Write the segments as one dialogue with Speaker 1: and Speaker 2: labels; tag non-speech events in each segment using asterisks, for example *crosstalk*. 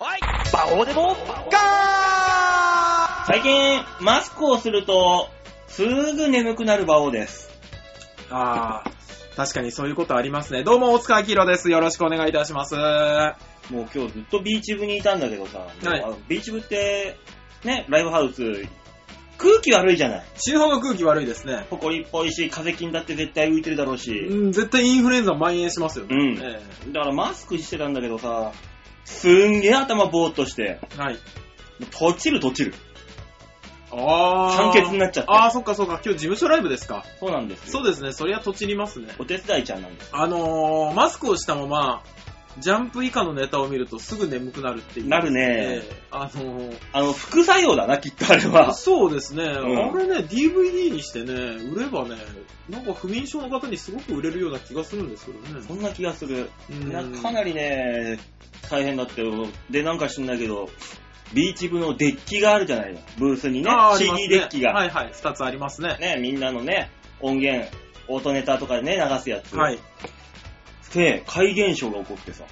Speaker 1: オーデモガー
Speaker 2: 最近、マスクをすると、すぐ眠くなる馬王です。
Speaker 3: あー、確かにそういうことありますね。どうも、大塚明宏です。よろしくお願いいたします。は
Speaker 2: もう今日ずっとビーチ部にいたんだけどさ、もう
Speaker 3: はい
Speaker 2: あのビーチ部って、ね、ライブハウス、空気悪いじゃない。
Speaker 3: い死ぬほど空気悪いですね。
Speaker 2: ほこりっぽいし、風邪菌だって絶対浮いてるだろうし。
Speaker 3: うん、絶対インフルエンザ蔓延しますよ
Speaker 2: う
Speaker 3: ね。
Speaker 2: ん。
Speaker 3: え
Speaker 2: だからマスクしてたんだけどさ、すんげえ頭ぼーっとして、
Speaker 3: えはい。
Speaker 2: もうとちるとちる。
Speaker 3: あー。
Speaker 2: 酸欠になっちゃって
Speaker 3: あー、そっかそっか。今日事務所ライブですか。
Speaker 2: そうなんですよ。
Speaker 3: そうですね。そりゃとちりますね。
Speaker 2: お手伝いちゃんなんです。
Speaker 3: あのー、マスクをしたまま、ジャンプ以下のネタを見るとすぐ眠くなるっていう。
Speaker 2: なるね
Speaker 3: ええあのー、
Speaker 2: あの、副作用だな、きっとあれは。
Speaker 3: そうですね、
Speaker 2: ん
Speaker 3: あれね、DVD にしてね、売ればね、なんか不眠症の方にすごく売れるような気がするんですけどね。
Speaker 2: そんな気がする。
Speaker 3: うん
Speaker 2: なかなりね、大変だってよ。で、なんか知んないけど、ビーチ部のデッキがあるじゃないの。ブースにね
Speaker 3: あー、あります
Speaker 2: CD デッキが。
Speaker 3: はいはい、二つありますね。
Speaker 2: ね、みんなのね、音源、オートネタとかでね、流すやつ。
Speaker 3: はい。
Speaker 2: で、怪現象が起こってさ、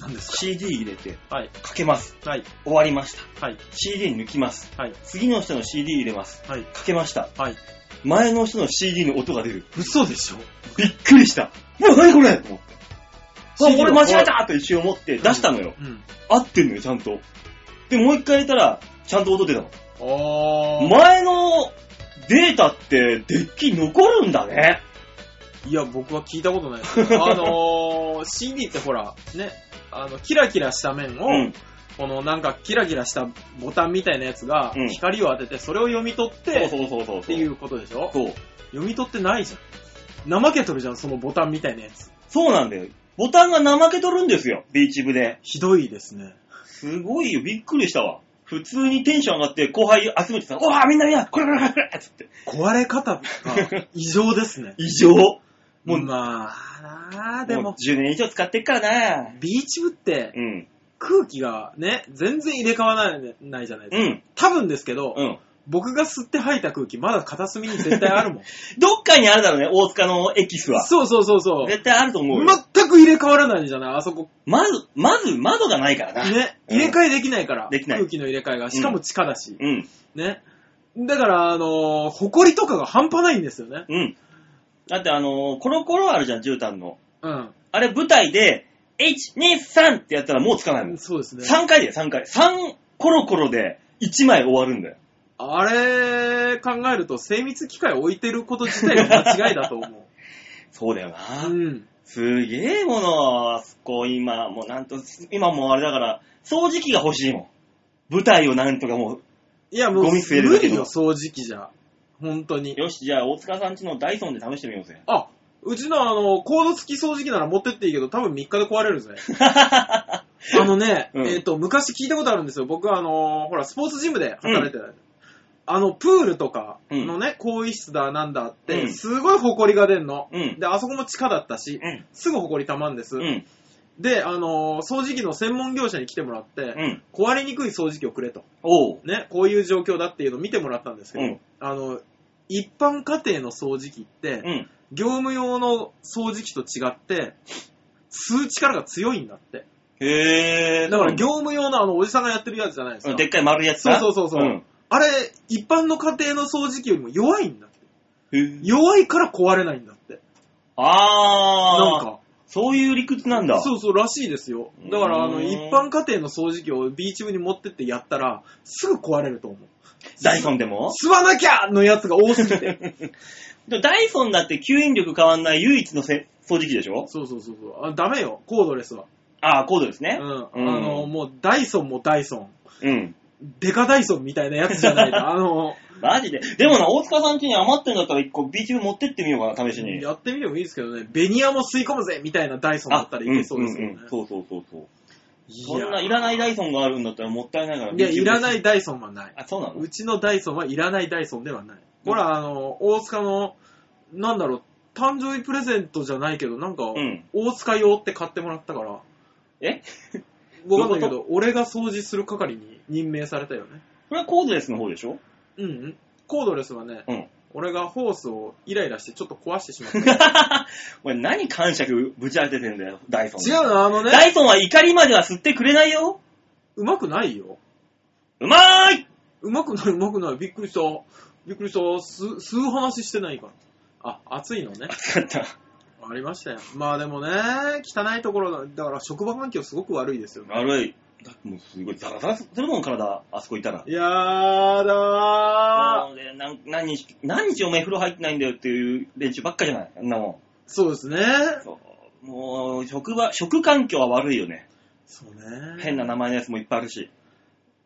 Speaker 3: 何ですか
Speaker 2: CD 入れて、
Speaker 3: はい、
Speaker 2: かけます。
Speaker 3: はい、
Speaker 2: 終わりました。
Speaker 3: はい、
Speaker 2: CD 抜きます。
Speaker 3: はい、
Speaker 2: 次の人の CD 入れます。
Speaker 3: はい、
Speaker 2: かけました。
Speaker 3: はい。
Speaker 2: 前の人の CD の音が出る。
Speaker 3: 嘘でしょ
Speaker 2: びっくりした。うわ、何これと思って。あ、
Speaker 3: CD
Speaker 2: 俺間違えたと一瞬思って出したのよ。
Speaker 3: うん。
Speaker 2: 合ってんのよ、ちゃんと。で、もう一回やったら、ちゃんと音出たの。
Speaker 3: あー。
Speaker 2: 前のデータって、デッキ残るんだね。
Speaker 3: いや、僕は聞いたことない
Speaker 2: *laughs*
Speaker 3: です。あのー、CD ってほら、ね、あの、キラキラした面を、
Speaker 2: うん。
Speaker 3: このなんかキラキラしたボタンみたいなやつが
Speaker 2: うん、
Speaker 3: 光を当てて、それを読み取っ
Speaker 2: そう
Speaker 3: て、
Speaker 2: そうそうそう。っ
Speaker 3: っていう。ことでしょ
Speaker 2: そう。
Speaker 3: 読み取ってないじゃん。怠けとるじゃん、そのボタンみたいなやつ。
Speaker 2: そうなんだよ。ボタンが怠けとるんですよ、ビーチ部で。
Speaker 3: ひどいですね。
Speaker 2: すごいよ、びっくりしたわ。普通にテンション上がって後輩集めてさ、おわみんなみんな、これこれこれこれつって。。
Speaker 3: 壊れ方が異常ですね
Speaker 2: 異常。もう、
Speaker 3: まあなあ、で
Speaker 2: もう
Speaker 3: も、
Speaker 2: 10年以上使ってっからな。
Speaker 3: ビーチ部って
Speaker 2: うん。
Speaker 3: 空気がね、全然入れ替わらないないじゃないで
Speaker 2: う
Speaker 3: すか。
Speaker 2: ん。
Speaker 3: 多分ですけど、
Speaker 2: うん。
Speaker 3: 僕が吸って吐いた空気、まだ片隅に絶対あるも
Speaker 2: *laughs*
Speaker 3: ん。
Speaker 2: どっかにあるだろうね、大塚のエキスは。
Speaker 3: そうそうそうそう。
Speaker 2: 絶対あると思うよ。
Speaker 3: 全く入れ替わらないじゃない、あそこ。
Speaker 2: まず、まず窓がないからな。
Speaker 3: ね、
Speaker 2: うん
Speaker 3: 入れ替えできないから。
Speaker 2: できない
Speaker 3: 空気の入れ替えが。しかも地下だし。
Speaker 2: うん。
Speaker 3: ね。だから、あのー、埃とかが半端ないんですよね。
Speaker 2: うん。だってあのーコロコロあるじゃん、絨毯の。
Speaker 3: うん。
Speaker 2: あれ舞台で、1、2、3ってやったらもうつかないもん。
Speaker 3: そうですね。
Speaker 2: 3回だよ、3回。3コロコロで1枚終わるんだよ。
Speaker 3: あれ考えると精密機械置いてること自体が間違いだ
Speaker 2: *laughs*
Speaker 3: と思
Speaker 2: そうだよな。
Speaker 3: う。うん。
Speaker 2: すげえもの、あそこ今、もうなんと、今もうあれだから、掃除機が欲しいもん。舞台をなんとかも
Speaker 3: いやもう
Speaker 2: ゴミ増えるだ
Speaker 3: 無
Speaker 2: けの
Speaker 3: 理よ、掃除機じゃ。本当に
Speaker 2: う。。よし、じゃあ大塚さんちのダイソンで試してみようぜ。 *laughs*
Speaker 3: あ、うちのあの、コード付き掃除機なら持ってっていいけど、多分3日で壊れるぜ。
Speaker 2: *laughs*
Speaker 3: あのね、
Speaker 2: うん
Speaker 3: えっ、と、昔聞いたことあるんですよ。僕はあの、ほら、スポーツジムで働いてた。あの、プールとかのね、更衣室だなんだって、
Speaker 2: うん
Speaker 3: すごい埃が出んの。
Speaker 2: うん
Speaker 3: で、あそこも地下だったし、
Speaker 2: うん。
Speaker 3: すぐ埃溜まるんです。
Speaker 2: うん。
Speaker 3: で、あの掃除機の専門業者に来てもらって、
Speaker 2: うん。
Speaker 3: 壊れにくい掃除機をくれと、
Speaker 2: おう。
Speaker 3: ね、こういう状況だっていうのを見てもらったんです
Speaker 2: う
Speaker 3: けど、
Speaker 2: ん。
Speaker 3: あの一般家庭の掃除機って、
Speaker 2: うん。
Speaker 3: 業務用の掃除機と違って、吸う力が強いんだって。
Speaker 2: へえ。
Speaker 3: だから業務用のあのおじさんがやってるやつじゃないです
Speaker 2: う
Speaker 3: か。
Speaker 2: んでっかい丸いやつな
Speaker 3: そうそうそうそうあれ、一般の家庭の掃除機よりも弱いんだって。
Speaker 2: うん、へえ
Speaker 3: 弱いから壊れないんだって。なん
Speaker 2: あー。
Speaker 3: か。
Speaker 2: そういう理屈なんだ。
Speaker 3: そうそう、らしいですよ。だから、あ
Speaker 2: うー
Speaker 3: の、
Speaker 2: ん
Speaker 3: 一般家庭の掃除機をビーチ部に持ってってやったら、すぐ壊れると思う。
Speaker 2: ダイソンでも
Speaker 3: 吸わなきゃのやつが多すぎて。 *laughs*
Speaker 2: でもダイソンだって吸引力変わんない唯一のせ掃除機でしょ
Speaker 3: そうそうそうそうあ。ダメよ、コードレスは。
Speaker 2: ああ、コードです
Speaker 3: う
Speaker 2: ね
Speaker 3: ん。。あの、もう、ダイソンもダイソン。
Speaker 2: うん。
Speaker 3: デカダイソンみたいなやつじ
Speaker 2: *laughs*
Speaker 3: ゃないと。あの、
Speaker 2: マジで。でもな、大塚さん家に余ってんだったら一個ビーチ部持ってってみようかな、試しに。
Speaker 3: やってみてもいいですけどね、ベニヤも吸い込むぜみたいなダイソンだったらいけそうですよね
Speaker 2: んんん。そうそうそうそう。そ
Speaker 3: い
Speaker 2: ん
Speaker 3: や
Speaker 2: ないらないダイソンがあるんだったらもったいないから。。
Speaker 3: いや、いらないいダイソンはない。
Speaker 2: あ、そうなの
Speaker 3: うちのダイソンはいらないダイソンではない。ほら、あの、大塚の、なんだろう、誕生日プレゼントじゃないけど、なんか、
Speaker 2: うん。
Speaker 3: 大塚用って買ってもらったから、
Speaker 2: え
Speaker 3: わかんないけど、俺が掃除する係に任命されたよね。
Speaker 2: これはコードレスの方でしょ *laughs*
Speaker 3: うんうん。コードレスはね、
Speaker 2: うん
Speaker 3: 俺がホースをイライラしてちょっと壊して
Speaker 2: *laughs*
Speaker 3: しまった。
Speaker 2: お前何感触ぶち当ててんだよ、ダイソン。
Speaker 3: 違うのあのね、
Speaker 2: ダイソンは怒りまでは吸ってくれないよ。
Speaker 3: うまくないよ。
Speaker 2: うまーいう
Speaker 3: まくない、うまくない。びっくりした。びっくりした。吸吸う話してないから。あ、暑いのね。
Speaker 2: 暑か *laughs* った。
Speaker 3: ありましたよ。まあでもね、汚いところだ、だから職場環境すごく悪いですよね。
Speaker 2: 悪い。だってもうすごいザラザラするもん、体。あそこいたら。
Speaker 3: やーだー。
Speaker 2: もうねなん何日、何日お前風呂入ってないんだよっていう連中ばっかじゃない。あんなも
Speaker 3: そうですね。
Speaker 2: ん。そうもう、職場、職環境は悪いよね。
Speaker 3: そうね。
Speaker 2: 変な名前のやつもいっぱいあるし。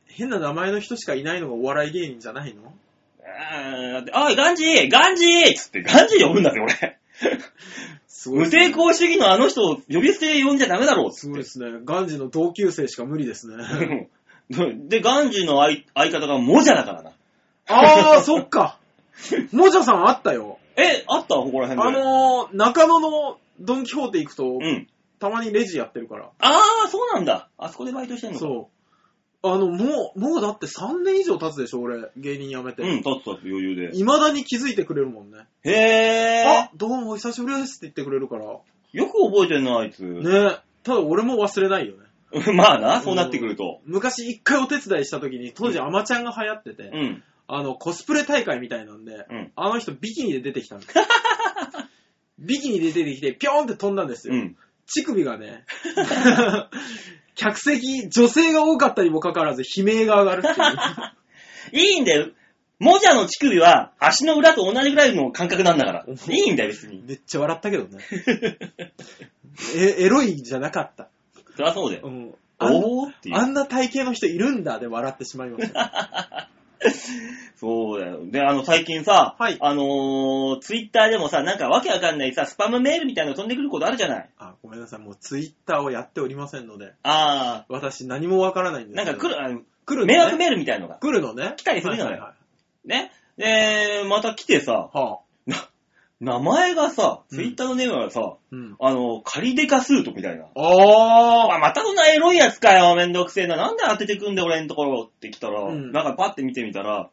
Speaker 3: 変な名前の人しかいないのがお笑い芸人じゃないの
Speaker 2: あーでおい、ガンジーガンジーつって、ガンジー呼ぶんだぜ、俺。
Speaker 3: すごい
Speaker 2: 無
Speaker 3: ですね
Speaker 2: 抵抗主義のあの人を呼び捨てで呼んじゃダメだろうっつ
Speaker 3: す
Speaker 2: っ
Speaker 3: ごい
Speaker 2: て
Speaker 3: で。すね。ガンジの同級生しか無理ですね。
Speaker 2: うん *laughs* で、ガンジーの相相方がモジャだからな。
Speaker 3: あー、そ
Speaker 2: *laughs*
Speaker 3: っか。もじゃさんあったよ。
Speaker 2: え、あったここら
Speaker 3: あ
Speaker 2: 辺で。
Speaker 3: のー、中野のドン・キホーテ行くと、
Speaker 2: うん。
Speaker 3: たまにレジやってるから。
Speaker 2: ああ、そうなんだ。あそこでバイトしてんのか。
Speaker 3: そう。あの、もう、もうだって3年以上経つでしょ、俺、芸人辞めて。
Speaker 2: うん、立つ立つ余裕で。
Speaker 3: いまだに気づいてくれるもんね。
Speaker 2: へえ
Speaker 3: あ、どうもお久しぶりですって言ってくれるから。
Speaker 2: よく覚えてんな、あいつ。
Speaker 3: ねただ俺も忘れないよね。
Speaker 2: *laughs* まあな、そうなってくると。
Speaker 3: 昔一回お手伝いした時に、当時アマちゃんが流行ってて、
Speaker 2: うん。
Speaker 3: あの、コスプレ大会みたいなんで、
Speaker 2: うん
Speaker 3: あの人ビキニで出てきたんです
Speaker 2: *laughs*
Speaker 3: ビキニで出てきて、ピョーンって飛んだんですよ。
Speaker 2: うん。
Speaker 3: 乳首がね、客席、女性が多かったにもかかわらず悲鳴が上がるっていう。
Speaker 2: いいんだよ。モジャの乳首は足の裏と同じぐらいの感覚なんだから。いいんだよ、別に。
Speaker 3: めっちゃ笑ったけどね。 *laughs* え、エロいじゃなかった。
Speaker 2: そりゃそうだ
Speaker 3: う
Speaker 2: よ。
Speaker 3: ん。あん
Speaker 2: おおってい
Speaker 3: あ
Speaker 2: う。
Speaker 3: んな体型の人いるんだで笑ってしま
Speaker 2: *laughs*
Speaker 3: いました。
Speaker 2: そうだよ。で、あの、最近さ、
Speaker 3: はい
Speaker 2: あのー、ツイッターでもさ、なんかわけわかんないさ、スパムメールみたいなの飛んでくることあるじゃない。
Speaker 3: あ、ごめんなさい。もうツイッターをやっておりませんので、
Speaker 2: あ
Speaker 3: 私何もわからないん
Speaker 2: ー、
Speaker 3: です
Speaker 2: なん
Speaker 3: けど
Speaker 2: か来る、あの
Speaker 3: 来るのね
Speaker 2: 迷惑メールみたいのが。
Speaker 3: 来るのね。
Speaker 2: 来たりするのよ
Speaker 3: はいはいはい
Speaker 2: ね。で、また来てさ、
Speaker 3: はあ。
Speaker 2: な名前がさ、
Speaker 3: うん
Speaker 2: ツイッターのネームがさ、
Speaker 3: うん。
Speaker 2: あの、カリデカスートみたいな。
Speaker 3: あ
Speaker 2: あ、またそんなエロいやつかよ、めんどくせえな。なんで当ててくんだよ、俺のところって来たら、
Speaker 3: うん
Speaker 2: なんかパッて見てみたら、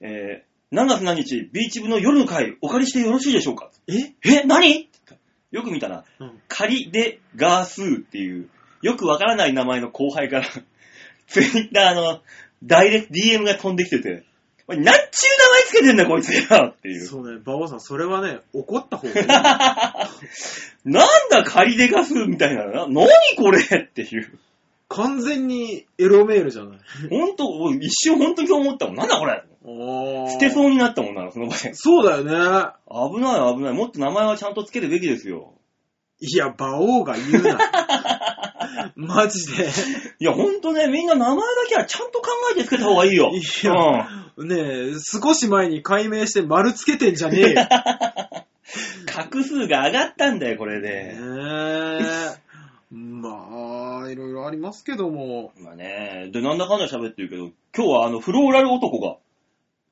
Speaker 2: えー、何月何日、ビーチ部の夜の会、お借りしてよろしいでしょうか
Speaker 3: え
Speaker 2: え、何って言ったよく見たら、
Speaker 3: うん
Speaker 2: カリデガースーっていう、よくわからない名前の後輩から、 *laughs* ツイッターの、ダイレクト DM が飛んできてて、おいなんちゅう名前つけてんだ、こいつよっていう。
Speaker 3: そうね、馬場さん、それはね、怒った方が
Speaker 2: *laughs*
Speaker 3: いい。
Speaker 2: なんだ、カリデガスーみたいな。な何これっていう。
Speaker 3: 完全にエロメールじゃない。
Speaker 2: ほんと、俺一瞬本当にそう思ったもん。なんだこれ
Speaker 3: ああ。
Speaker 2: 捨て
Speaker 3: う。
Speaker 2: そうになったもんな、その場で。
Speaker 3: そうだよね。
Speaker 2: 危ない危ない。もっと名前はちゃんとつけるべきですよ。
Speaker 3: いや、馬王が言うな。
Speaker 2: *laughs*
Speaker 3: マジで。
Speaker 2: いや、ほんとね、みんな名前だけはちゃんと考えてつけた方がいいよ。
Speaker 3: いや
Speaker 2: うん
Speaker 3: ねえ、少し前に解明して丸つけてんじゃねえよ。ね
Speaker 2: 画数が上がったんだよ、これで。
Speaker 3: え。まあ、いろいろありますけども。
Speaker 2: まあね、で、なんだかんだ喋ってるけど、今日はあの、フローラル男が、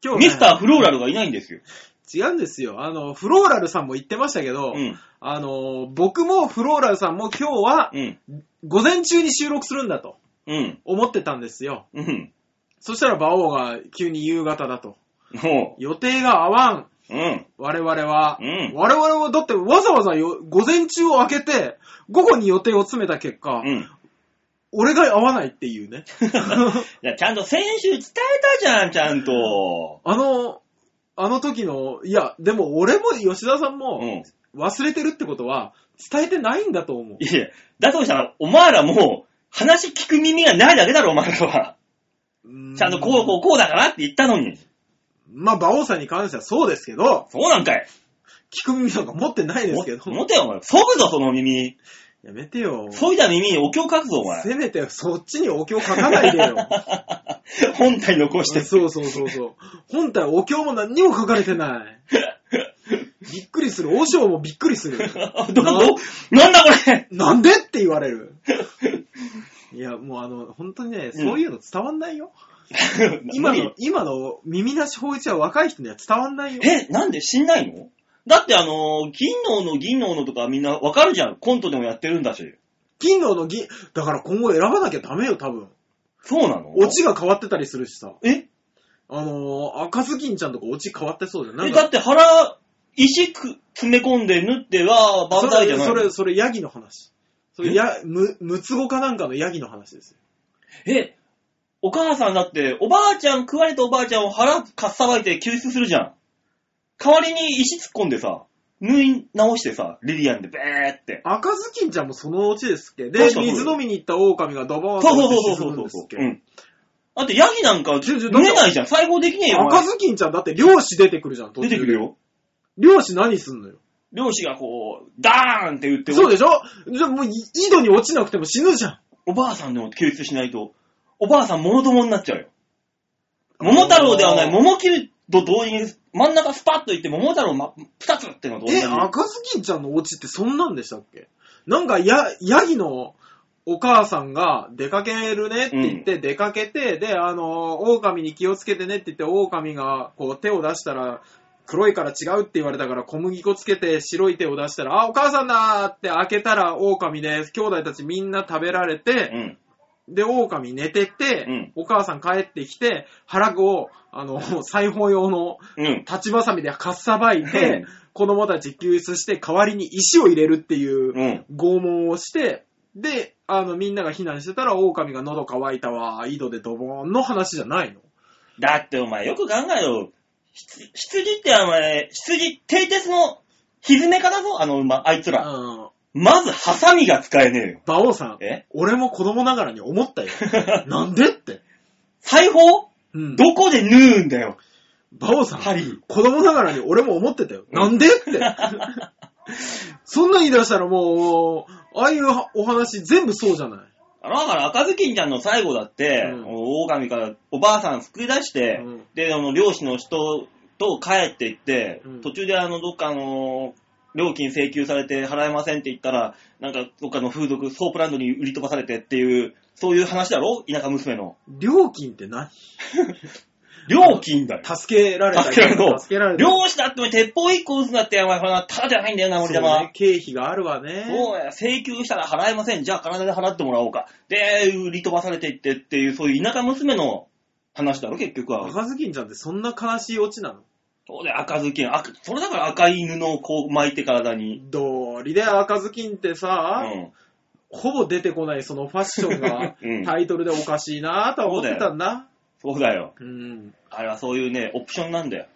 Speaker 3: 今
Speaker 2: ミ
Speaker 3: ね
Speaker 2: スターフローラルがいないんですよ。
Speaker 3: 違うんですよ。あの、フローラルさんも言ってましたけど、
Speaker 2: うん、
Speaker 3: あの、僕もフローラルさんも今日は
Speaker 2: うん、
Speaker 3: 午前中に収録するんだと
Speaker 2: うん、
Speaker 3: 思ってたんですよ。
Speaker 2: うん。
Speaker 3: そしたら馬王が急に夕方だと。
Speaker 2: も
Speaker 3: 予定が合わん。
Speaker 2: う、うん。
Speaker 3: 我々は。
Speaker 2: うん
Speaker 3: 我々はだってわざわざよ午前中を開けて、午後に予定を詰めた結果、
Speaker 2: うん。
Speaker 3: 俺が合わないっていうね。
Speaker 2: いや、ちゃんと先週伝えたじゃん、ちゃんと。
Speaker 3: あの、あの時の、いや、でも俺も吉田さん
Speaker 2: う
Speaker 3: も
Speaker 2: ん。
Speaker 3: 忘れてるってことは伝えてないんだと思う。
Speaker 2: いやいや、だとしたら、お前らもう、話聞く耳がないだけだろ、お前らは。ちゃんとこう、こう、こうだからって言ったのに。
Speaker 3: うん。まあ、馬王さんに関してはそうですけど、
Speaker 2: そうなんかい。
Speaker 3: 聞く耳なんか持ってないですけど。
Speaker 2: も持てよ、お前。そぐぞ、その耳。
Speaker 3: やめてよ。
Speaker 2: そいだ耳にお経を書くぞ、お前。
Speaker 3: せめてそっちにお経書かないでよ。
Speaker 2: *laughs* 本体残して。
Speaker 3: そうそうそうそう。本体お経も何にも書かれてない。
Speaker 2: *laughs*
Speaker 3: びっくりする。和尚もびっくりする。
Speaker 2: ど、ど、なんだこれ
Speaker 3: なんでって言われる。 *laughs* いや、もうあの、本当にね、
Speaker 2: うん
Speaker 3: そういうの伝わんないよ。 *laughs* 今
Speaker 2: 無
Speaker 3: の
Speaker 2: 理、
Speaker 3: 今の耳なし法一は若い人には伝わんないよ。
Speaker 2: え、なんで死んないのだってあのー銀の斧、銀の斧とかみんなわかるじゃん。コントでもやってるんだし。
Speaker 3: 金のの銀、だから今後選ばなきゃダメよ、多分。
Speaker 2: そうなの
Speaker 3: オチが変わってたりするしさ。
Speaker 2: え
Speaker 3: あのー、赤ずきんちゃんとかオチ変わってそうじゃんな
Speaker 2: え
Speaker 3: い
Speaker 2: だって腹、石く詰め込んで縫っては、万歳じゃないの
Speaker 3: それ、それ、それヤギの話。それ、や、む、むつごかなんかのヤギの話ですよ。
Speaker 2: え、お母さんだって、おばあちゃん食われたおばあちゃんを腹かっさばいて救出するじゃん。代わりに石突っ込んでさ、縫い直してさ、リリアンでベーって。
Speaker 3: 赤ずきんちゃんもそのうちですっけで
Speaker 2: 確、かに
Speaker 3: 水飲みに行った狼がドバーン
Speaker 2: そうそう
Speaker 3: と
Speaker 2: そう
Speaker 3: 沈
Speaker 2: そう
Speaker 3: むん
Speaker 2: そ
Speaker 3: で
Speaker 2: う
Speaker 3: す
Speaker 2: そ
Speaker 3: っ
Speaker 2: う。う
Speaker 3: け
Speaker 2: ん。だってヤギなんか
Speaker 3: ちょちょ
Speaker 2: 縫えないじゃん。裁縫できねえよ。お前
Speaker 3: 赤ずきんちゃんだって漁師出てくるじゃん、途
Speaker 2: 出
Speaker 3: 中
Speaker 2: てく
Speaker 3: で
Speaker 2: る。よ。
Speaker 3: 漁師何すんのよ。
Speaker 2: 漁師がこう、ダーンって打って、
Speaker 3: そうでしょじゃあもう、い井戸に落ちなくても死ぬじゃん。
Speaker 2: おばあさんでも救出しないと、おばあさん桃友になっちゃうよ。桃太郎ではない、桃切ると同時に真ん中スパッといって桃太郎ま二つってのと同じ。
Speaker 3: え、赤ずきんちゃんのオチってそんなんでしたっけなんか、や、ヤギのお母さんが出かけるねって言って出かけて、で、あの、狼に気をつけてねって言って、狼がこう手を出したら、黒いから違うって言われたから小麦粉つけて白い手を出したら、あ、お母さんだーって開けたら狼です。兄弟たちみんな食べられ
Speaker 2: う
Speaker 3: て、
Speaker 2: ん。
Speaker 3: で、狼寝てて、
Speaker 2: うん
Speaker 3: お母さん帰ってきて、腹を、あの、 *laughs* 裁縫用の
Speaker 2: うん。
Speaker 3: 立ちばさみでかっさばいて、
Speaker 2: うん
Speaker 3: 子供たち救出して代わりに石を入れるってい
Speaker 2: う
Speaker 3: う
Speaker 2: ん。
Speaker 3: 拷問をして、で、あの、みんなが避難してたら、狼が喉乾いたわ、井戸でドボーンの話じゃないの
Speaker 2: だってお前よく考えろ。ひ羊ってお前、羊、蹄鉄の蹄めかだぞ、あの馬、あいつら。
Speaker 3: うん。
Speaker 2: まず、ハサミが使えねえよ。
Speaker 3: 馬王さん、
Speaker 2: え
Speaker 3: 俺も子供ながらに思
Speaker 2: *laughs*
Speaker 3: ったよ。なんでって。
Speaker 2: 裁縫
Speaker 3: うん。
Speaker 2: どこで縫うんだよ、
Speaker 3: 馬王さん、
Speaker 2: 針。
Speaker 3: 子供ながらに俺も思ってたよ。な
Speaker 2: *laughs*
Speaker 3: んでって。そんなん言い出したらもう、ああいうお話全部そうじゃない。
Speaker 2: あのだから赤ずきんちゃんの最後だって、
Speaker 3: うん
Speaker 2: 狼からおばあさん救い出して、
Speaker 3: うん
Speaker 2: で、あの、漁師の人と帰って行って、
Speaker 3: うん
Speaker 2: 途中であの、どっかあの、料金請求されて払えませんって言ったら、なんかどっかの風俗、ソープランドに売り飛ばされてっていう、そういう話だろ田舎娘の。
Speaker 3: 料金って何
Speaker 2: 料金だよ。
Speaker 3: 助けられたり
Speaker 2: 助けられた
Speaker 3: 助けられたり
Speaker 2: 漁師だってお前鉄砲一個打つんだって、お前、ほら、ただじゃないんだよな、俺玉。
Speaker 3: そうね経費があるわね。
Speaker 2: そうや、請求したら払えません。じゃあ体で払ってもらおうか。で、売り飛ばされていってっていう、そういう田舎娘の話だろ、結局は。
Speaker 3: 赤ずきんちゃんってそんな悲しいオチなの
Speaker 2: そうだよ、赤ずきん。赤それだから赤い布をこう巻いて体に。
Speaker 3: どうりで赤ずきんって
Speaker 2: う
Speaker 3: さ、
Speaker 2: ん。
Speaker 3: ほぼ出てこないそのファッションが
Speaker 2: *laughs* うん
Speaker 3: タイトルでおかしいなぁとは思ってたんだ。
Speaker 2: そうだよ。
Speaker 3: うん。
Speaker 2: あれはそういうね、オプションなんだよ。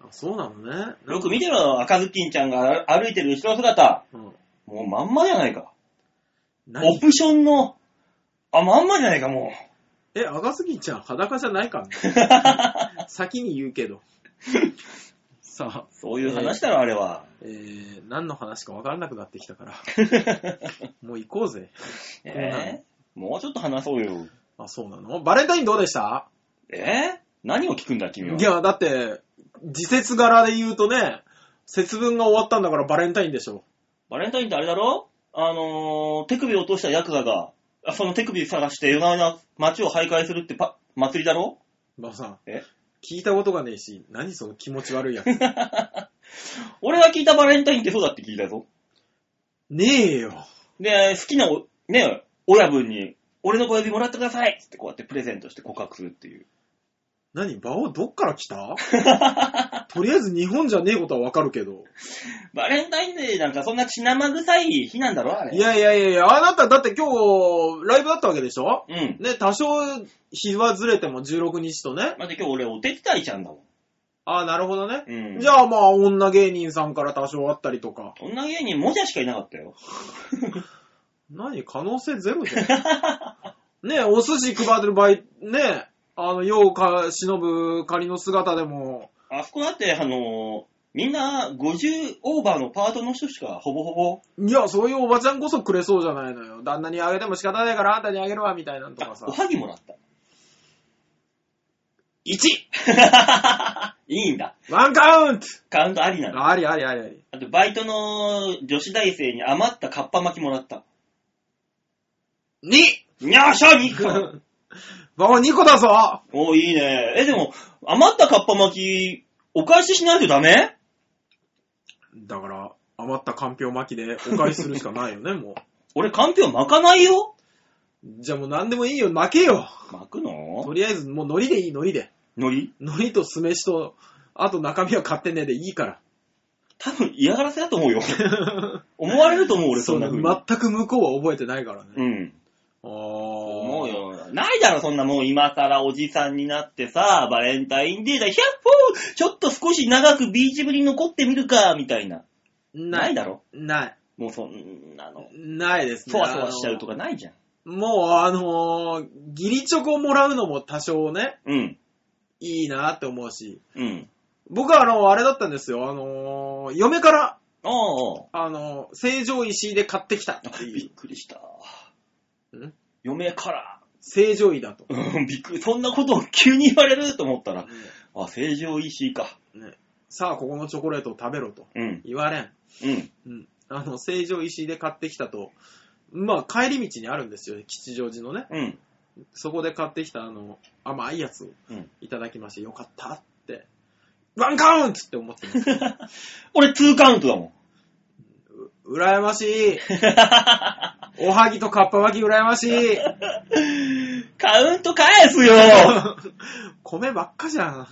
Speaker 3: あそうなのね。
Speaker 2: よく見てろ、赤ずきんちゃんが歩いてる後ろ姿。
Speaker 3: うん。
Speaker 2: もうまんまじゃないか。オ
Speaker 3: 何
Speaker 2: プションの、あ、まんまじゃないか、もう。
Speaker 3: え、赤ずきんちゃん裸じゃないかね *laughs* 先に言うけど。さあ、
Speaker 2: そういう話だろ、あれは。
Speaker 3: えー、何の話か分からなくなってきたから。 *laughs* もう行こうぜ。
Speaker 2: え
Speaker 3: うなの
Speaker 2: ーもうちょっと話そうよ。
Speaker 3: あ、そうなのバレンタインどうでした
Speaker 2: えー何を聞くんだ、君は。
Speaker 3: いや、だって、時節柄で言うとね、節分が終わったんだからバレンタインでしょ。
Speaker 2: バレンタインってあれだろあのー、手首を落としたヤクザが、あその手首探して夜な夜な街を徘徊するってパ祭りだろ
Speaker 3: 馬場さん。
Speaker 2: え
Speaker 3: 聞いたことがねえし、何その気持ち悪い *laughs* やつ。
Speaker 2: 俺が聞いたバレンタインってそうだって聞いたぞ。
Speaker 3: ねえよ。
Speaker 2: で、好きなお、ね、親分に、俺の小指もらってくださいっつってこうやってプレゼントして告白するっていう。
Speaker 3: 何馬王どっから来 *laughs* たとりあえず日本じゃねえことはわかるけど。
Speaker 2: バレンタインデーなんかそんな血生臭い日なんだろあれ。
Speaker 3: いやいやいやいや、あなただって今日、ライブだったわけでしょ
Speaker 2: うん。
Speaker 3: ね、多少日はずれても16日とね。
Speaker 2: だって今日俺お手伝いちゃんだもん。
Speaker 3: ああ、なるほどね。
Speaker 2: うん。
Speaker 3: じゃあまあ、女芸人さんから多少あったりとか。
Speaker 2: 女芸人もじゃしかいなかったよ。
Speaker 3: 何可能性ゼロじゃん。
Speaker 2: *laughs*
Speaker 3: ねえ、お寿司配ってる場合、ねえ、あの、世をか忍ぶ仮の姿でも、
Speaker 2: あそこだって、あのー、みんな50オーバーのパートの人しかほぼほぼ
Speaker 3: いや、そういうおばちゃんこそくれそうじゃないのよ。旦那にあげても仕方ないからあんたにあげるわ、みたいなのとかさ
Speaker 2: お。はぎもらった。1! いいんだ。
Speaker 3: ワンカウント
Speaker 2: カウントありなの。
Speaker 3: ありありありあり。
Speaker 2: あと、バイトの女子大生に余ったカッパ巻きもらった。
Speaker 3: 2!
Speaker 2: にゃーしゃーに個
Speaker 3: バオ2個だぞ
Speaker 2: おーいいね。え、でも、余ったカッパ巻き、お返ししないとダメ
Speaker 3: だから、余ったかんぴょう巻きでお返しするしかない
Speaker 2: *laughs*
Speaker 3: よね、もう。
Speaker 2: 俺、かんぴょう巻かないよ。
Speaker 3: じゃあもう何でもいいよ、負けよ
Speaker 2: 巻くの
Speaker 3: とりあえずもう海苔でいい、海苔で。
Speaker 2: のり
Speaker 3: 海苔と酢飯と、あと中身は買ってねえでいいから。
Speaker 2: 多分嫌がらせだと思うよ。 *laughs* 思われると思う、俺、そんな風に。
Speaker 3: 全く向こうは覚えてないからね。
Speaker 2: うん。
Speaker 3: ああ。
Speaker 2: 思うよ。ないだろ、そんなもう今更おじさんになってさ、バレンタインデーだ、100歩ちょっと少し長くビーチ部に残ってみるか、みたいな。
Speaker 3: な
Speaker 2: ない
Speaker 3: い。
Speaker 2: だろ
Speaker 3: ない。
Speaker 2: もうそんなの。
Speaker 3: ないですね。
Speaker 2: そわそわしちゃうとかないじゃん。
Speaker 3: あの。もう、あのー、ギリチョコもらうのも多少ね、
Speaker 2: うん。
Speaker 3: いいなって思うし。
Speaker 2: うん。
Speaker 3: 僕は、あの、あれだったんですよ。あのー、嫁から、
Speaker 2: ああ。
Speaker 3: あのー、成城石井で買ってきたって
Speaker 2: び
Speaker 3: い
Speaker 2: っくりした。
Speaker 3: う。ん
Speaker 2: 嫁から、
Speaker 3: 成城石井だと。
Speaker 2: うん、びっくり、そんなことを急に言われると思ったら、あ、成城石井か。
Speaker 3: さあ、ここのチョコレートを食べろと。
Speaker 2: うん、
Speaker 3: 言われん。
Speaker 2: うん、
Speaker 3: うん。あの、成城石井で買ってきたと。まあ、帰り道にあるんですよ。吉祥寺のね。
Speaker 2: うん。
Speaker 3: そこで買ってきたあの甘いやつを
Speaker 2: うん
Speaker 3: いただきまして、よかったって。ワンカウントって思ってます。
Speaker 2: *laughs* 俺、ツーカウントだもん。
Speaker 3: 羨まし
Speaker 2: *laughs*
Speaker 3: い。おはぎとかっぱ巻き羨ましい。
Speaker 2: カウント返すよ
Speaker 3: *laughs* 米ばっかじゃん。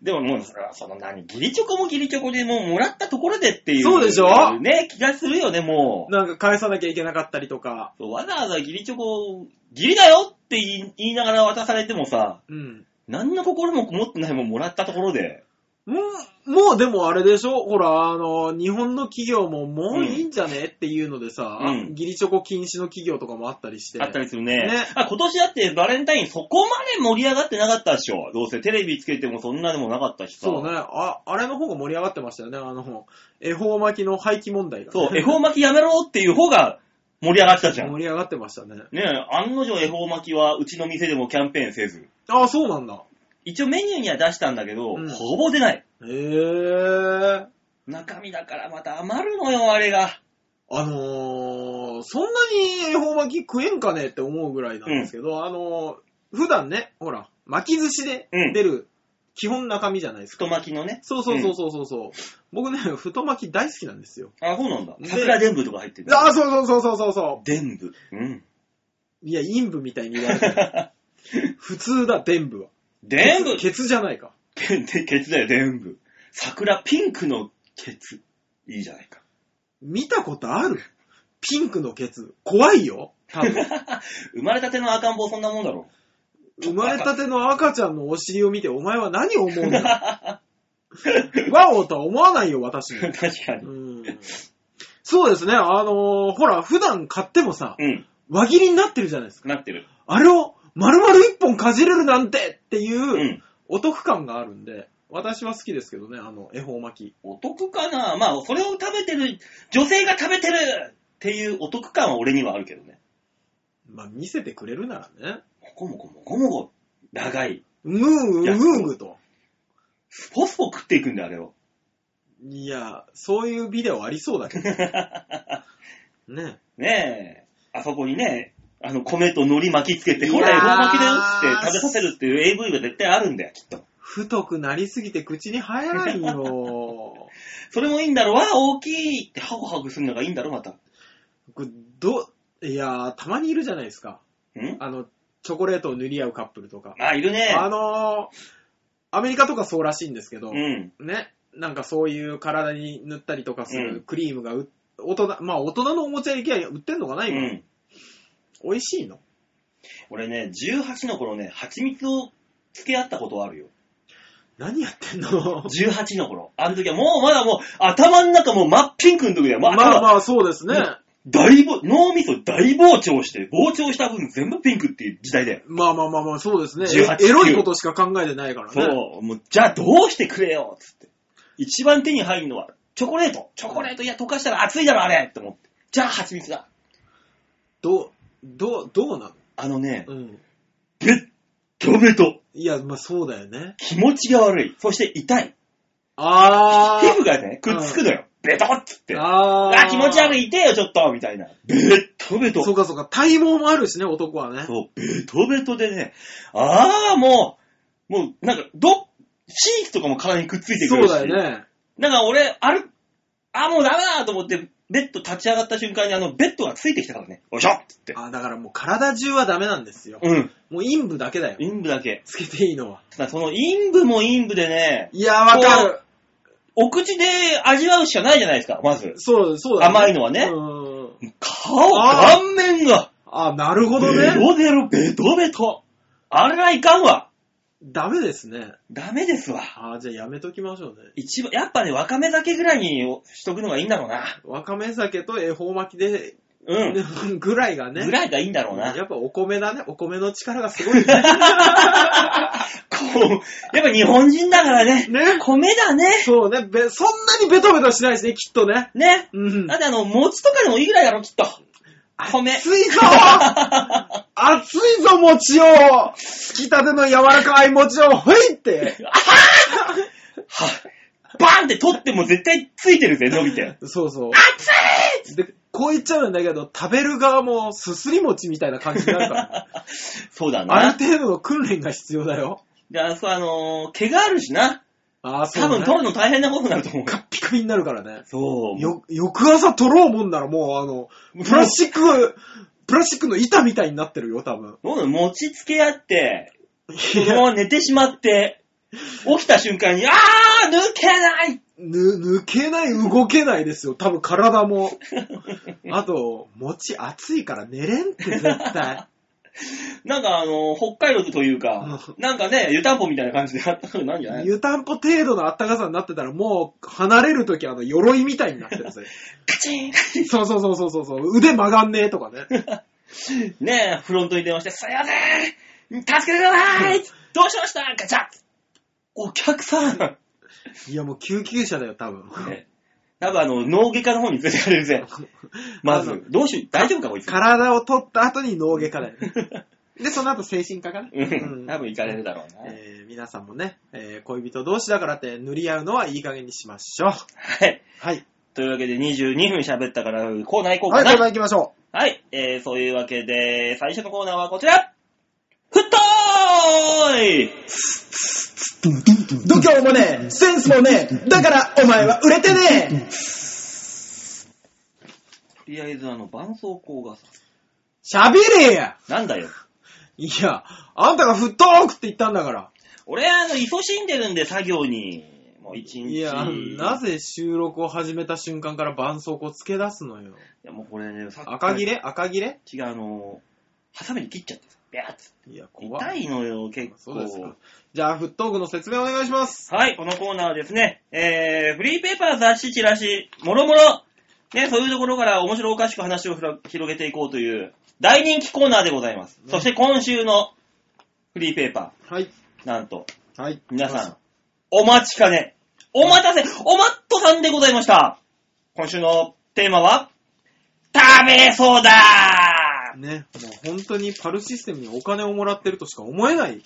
Speaker 2: でももう、その何、ギリチョコもギリチョコでもうもらったところでっていう。
Speaker 3: そうでしょ
Speaker 2: ね、気がするよね、もう。
Speaker 3: なんか返さなきゃいけなかったりとか。
Speaker 2: そうわざわざギリチョコ、ギリだよって言い言いながら渡されてもさ、
Speaker 3: うん。
Speaker 2: 何の心も持ってないもんもらったところで。
Speaker 3: もう、もうでもあれでしょほら、あの、日本の企業ももういいんじゃね、っていうのでさ、
Speaker 2: うん
Speaker 3: ギリチョコ禁止の企業とかもあったりして。
Speaker 2: あったりするね。
Speaker 3: ね
Speaker 2: あ今年だってバレンタインそこまで盛り上がってなかったでしょ。どうせテレビつけてもそんなでもなかったしさ。
Speaker 3: そうね。あ、あれの方が盛り上がってましたよね。あの、恵方巻きの廃棄問題が、ね。
Speaker 2: そう、恵方巻きやめろっていう方が盛り上がってたじゃん。
Speaker 3: 盛り上がってましたね。
Speaker 2: ねえ、案の定恵方巻きはうちの店でもキャンペーンせず。
Speaker 3: ああ、そうなんだ。
Speaker 2: 一応メニューには出したんだけど、
Speaker 3: うん
Speaker 2: ほぼ出ない。
Speaker 3: へえ。
Speaker 2: 中身だからまた余るのよ、あれが。
Speaker 3: あのー、そんなに恵方巻き食えんかねって思うぐらいなんですけど、あのー、普段ね、ほら、巻き寿司で
Speaker 2: うん
Speaker 3: 出る基本中身じゃないですか。
Speaker 2: 太巻きのね。
Speaker 3: そうそうそうそうそうそう、僕ね、太巻き大好きなんですよ。
Speaker 2: あ、そうなんだ。
Speaker 3: で
Speaker 2: 桜伝部とか入ってる。
Speaker 3: ああ、そうそうそうそうそうそ
Speaker 2: 伝部。うん。
Speaker 3: う。いや、陰部みたいに言われて *laughs* る。普通だ、伝部は。
Speaker 2: 伝部
Speaker 3: ケツじゃないか。
Speaker 2: ケツケツだよ、伝部。桜ピンクのケツ。いいじゃないか。
Speaker 3: 見たことあるピンクのケツ。怖いよ。多分。
Speaker 2: 生まれたての赤ん坊そんなもんだろ。
Speaker 3: 生まれたての赤ちゃんのお尻を見て、お前は何を思
Speaker 2: *laughs*
Speaker 3: うん *laughs* だワオとは思わないよ、私も。
Speaker 2: 確かに。
Speaker 3: うんそうですね、あのーほら、普段買ってもさ、
Speaker 2: うん。
Speaker 3: 輪切りになってるじゃないですか。
Speaker 2: なってる。。
Speaker 3: あれを丸々一本かじれるなんてっていううんお得感があるんで、私は好きですけどね、あの、恵方巻き。
Speaker 2: お得かなまあ、それを食べてる、女性が食べてるっていうお得感は俺にはあるけどね。
Speaker 3: まあ、見せてくれるならね。
Speaker 2: もこもこもこもこ、長い。
Speaker 3: ムー
Speaker 2: い
Speaker 3: グ
Speaker 2: や
Speaker 3: ー、ムーグーと。
Speaker 2: スポスポ食っていくんだよ、あれを。
Speaker 3: いや、そういうビデオありそうだけど。 *laughs* ね
Speaker 2: ねえ。あそこにね、あの、米と海苔巻きつけて、ほら、
Speaker 3: いやー
Speaker 2: 恵方巻きだよって食べさせるっていう AV が絶対あるんだよ、きっと。
Speaker 3: 太くなりすぎて口に入らん *laughs* よ。
Speaker 2: それもいいんだろわ、大きいってハグハグするのがいいんだろ、また。
Speaker 3: これど、いやー、たまにいるじゃないですか。
Speaker 2: ん
Speaker 3: あの、チョコレートを塗り合うカップルとか。
Speaker 2: あ、いるね。
Speaker 3: あのー、アメリカとかそうらしいんですけど、
Speaker 2: うん。
Speaker 3: ね、なんかそういう体に塗ったりとかす
Speaker 2: うん
Speaker 3: るクリームがう、大人、まあ大人のおもちゃ行きは売ってんのかな
Speaker 2: う
Speaker 3: 今、
Speaker 2: ん。
Speaker 3: 美味しいの
Speaker 2: 俺ね、18の頃ね、蜂蜜を付け合ったことはあるよ。
Speaker 3: 何やってんの
Speaker 2: 18の頃。あの時はもうまだもう、頭の中もう真っピンクの時だよ。も
Speaker 3: ま
Speaker 2: う
Speaker 3: あ
Speaker 2: 頭、
Speaker 3: まあそうですね。
Speaker 2: 大ぼ、脳みそ大膨張して、膨張した分全部ピンクっていう時代だよ。
Speaker 3: まあまあまあまあそうですね。
Speaker 2: 18
Speaker 3: エロいことしか考えてないからね。
Speaker 2: そう、もう、じゃあどうしてくれよっつって。一番手に入るのは、チョコレート。チョコレート、いや、溶かしたら熱いだろ、あれって思って。じゃあ、蜂蜜だ。
Speaker 3: どう、どう、どうなの
Speaker 2: あのね、
Speaker 3: うん。
Speaker 2: ベッドベト。
Speaker 3: いや、まあそうだよね。
Speaker 2: 気持ちが悪い。そして痛い。
Speaker 3: あ
Speaker 2: 皮膚
Speaker 3: ー。
Speaker 2: がね、くっつくのよ。ベトっつって。あ
Speaker 3: あー。
Speaker 2: ー気持ち悪い、痛えよ、ちょっとみたいな。ベッドベト。
Speaker 3: そうかそうか、体毛もあるしね、男はね。
Speaker 2: そう、ベトベトでね、ああ、もう、もう、なんか、ど、シーツとかも体にくっついてく
Speaker 3: そ
Speaker 2: る
Speaker 3: う
Speaker 2: し。
Speaker 3: だよね。
Speaker 2: なんか俺、ある、あーもうダメだと思って、ベッド立ち上がった瞬間にあの、ベッドがついてきたからね、おいしょっつって。
Speaker 3: あだからもう体中はダメなんですよ。
Speaker 2: うん、
Speaker 3: もう陰部だけだよ。
Speaker 2: 陰部だけ。
Speaker 3: つけていいのは。
Speaker 2: ただその陰部も陰部でね、
Speaker 3: いや、わかる。
Speaker 2: お口で味わうしかないじゃないですか、まず。
Speaker 3: そう、そうだ、
Speaker 2: 甘いのはね
Speaker 3: うーん。
Speaker 2: 顔、
Speaker 3: あー
Speaker 2: 顔面が、
Speaker 3: あ、なるほど
Speaker 2: ベ
Speaker 3: ね。
Speaker 2: ロベロ、ベトベト。あれはいかんわ。
Speaker 3: ダメですね。
Speaker 2: ダメですわ。
Speaker 3: あじゃあやめときましょうね。
Speaker 2: 一番、やっぱね、わかめ酒ぐらいにしとくのがいいんだろうな。
Speaker 3: わかめ酒と恵方巻きで、
Speaker 2: うん。
Speaker 3: ぐらいがね。
Speaker 2: ぐらいがいいんだろうな。
Speaker 3: やっぱお米だね。お米の力がすごいね。
Speaker 2: こう、やっぱ日本人だからね。 *laughs*
Speaker 3: ね
Speaker 2: 米だね。
Speaker 3: そうね。べそんなにベトベトしないしね、きっとね。
Speaker 2: ね。
Speaker 3: うん
Speaker 2: だっ。てあの、餅とかでもいいぐらいだろ、きっと。米。
Speaker 3: 熱い
Speaker 2: *laughs*
Speaker 3: ぞ熱いぞ、餅をつきたての柔らかい餅を、ほいって。
Speaker 2: は、バーンって取っても絶対ついてるぜ、伸びて。
Speaker 3: そうそう。熱いで、こう言っちゃうんだけど、食べる側もすすり餅みたいな感じになるからね。
Speaker 2: そうだ
Speaker 3: あ
Speaker 2: な。
Speaker 3: る程度の訓練が必要だよ。
Speaker 2: で、あそう、あのー毛があるしな。
Speaker 3: ああ、そう、
Speaker 2: 多
Speaker 3: ね。
Speaker 2: 分取るの大変なことになると思う。
Speaker 3: ピカピカになるからね。
Speaker 2: そう。
Speaker 3: よ、翌朝取ろうもんならもうあの、プラスチッ *laughs* ク、プラスチックの板みたいになってるよ、多分。
Speaker 2: そうだよ餅つけ合って、そのまま寝てしまって、起きた瞬間に、あー抜けない *laughs*
Speaker 3: ぬ、抜けない、動けないですよ。多分体 *laughs* も。あと、餅熱いから寝れんって絶 *laughs* 対。
Speaker 2: なんかあのー、北海道というか、なんかね、湯たんぽみたいな感じであったかくなんじゃない
Speaker 3: 湯たんぽ程度の暖かさになってたらもう離れるときあの鎧みたいになってるぜ。 *laughs*
Speaker 2: カチン
Speaker 3: そうそうそうそうそうそう。腕曲がんねえとかね。
Speaker 2: ねえ、フロントに *laughs* 電話して、すいません助けてくださいどうしましたガチャお客さん、
Speaker 3: いやもう救急車だよ、多 *laughs* 分。
Speaker 2: ね多分あの、脳外科の方に連れてかれるぜ。ま
Speaker 3: あ
Speaker 2: ず、
Speaker 3: の
Speaker 2: どうしよう、大丈夫かこいつ。
Speaker 3: 体を取った後に脳外科だよ。で、その後精神科かな。
Speaker 2: うん、多分行かれるだろうな。
Speaker 3: えー皆さんもね、えー恋人同士だからって塗り合うのはいい加減にしましょう。
Speaker 2: はい。
Speaker 3: はい。
Speaker 2: というわけで22分喋ったから、コーナー行こうか
Speaker 3: は
Speaker 2: な。
Speaker 3: い、コーナー行きましょ。
Speaker 2: はい、えー、そういうわけで、最初のコーナーはこちらふっとーいう
Speaker 3: 度胸もねえ、センスもねえ、だからお前は売れてねえ。
Speaker 2: とりあえず、あの、絆創膏がさ、
Speaker 3: 喋れや
Speaker 2: なんだよ。
Speaker 3: いや、あんたがフットークって言ったんだから。
Speaker 2: 俺、あの、勤しんでるんで、作業に。もう一日。
Speaker 3: いや、なぜ収録を始めた瞬間から絆創膏つけ出すのよ。
Speaker 2: いや、もうこれね、さっき
Speaker 3: 赤切れ赤切れ
Speaker 2: 違う、あの、ハサミで切っちゃってさ、ビャーッつって
Speaker 3: いや、怖
Speaker 2: 痛
Speaker 3: い。
Speaker 2: いのよ、結構。
Speaker 3: そうですか。じゃあ、フットークの説明お願いします。
Speaker 2: はい、このコーナーはですね、えー、フリーペーパー、雑誌、チラシ、もろもろ、ね、そういうところから面白おかしく話をふら広げていこうという、大人気コーナーでございます。
Speaker 3: ね
Speaker 2: そして今週のフリーペーパ
Speaker 3: はい。
Speaker 2: ー、なんと、
Speaker 3: はい。
Speaker 2: 皆さん、お待ちかね、お待たせ、おまっとさんでございました。今週のテーマは、食べそうだ
Speaker 3: ね、もう本当にパルシステムにお金をもらってるとしか思えない、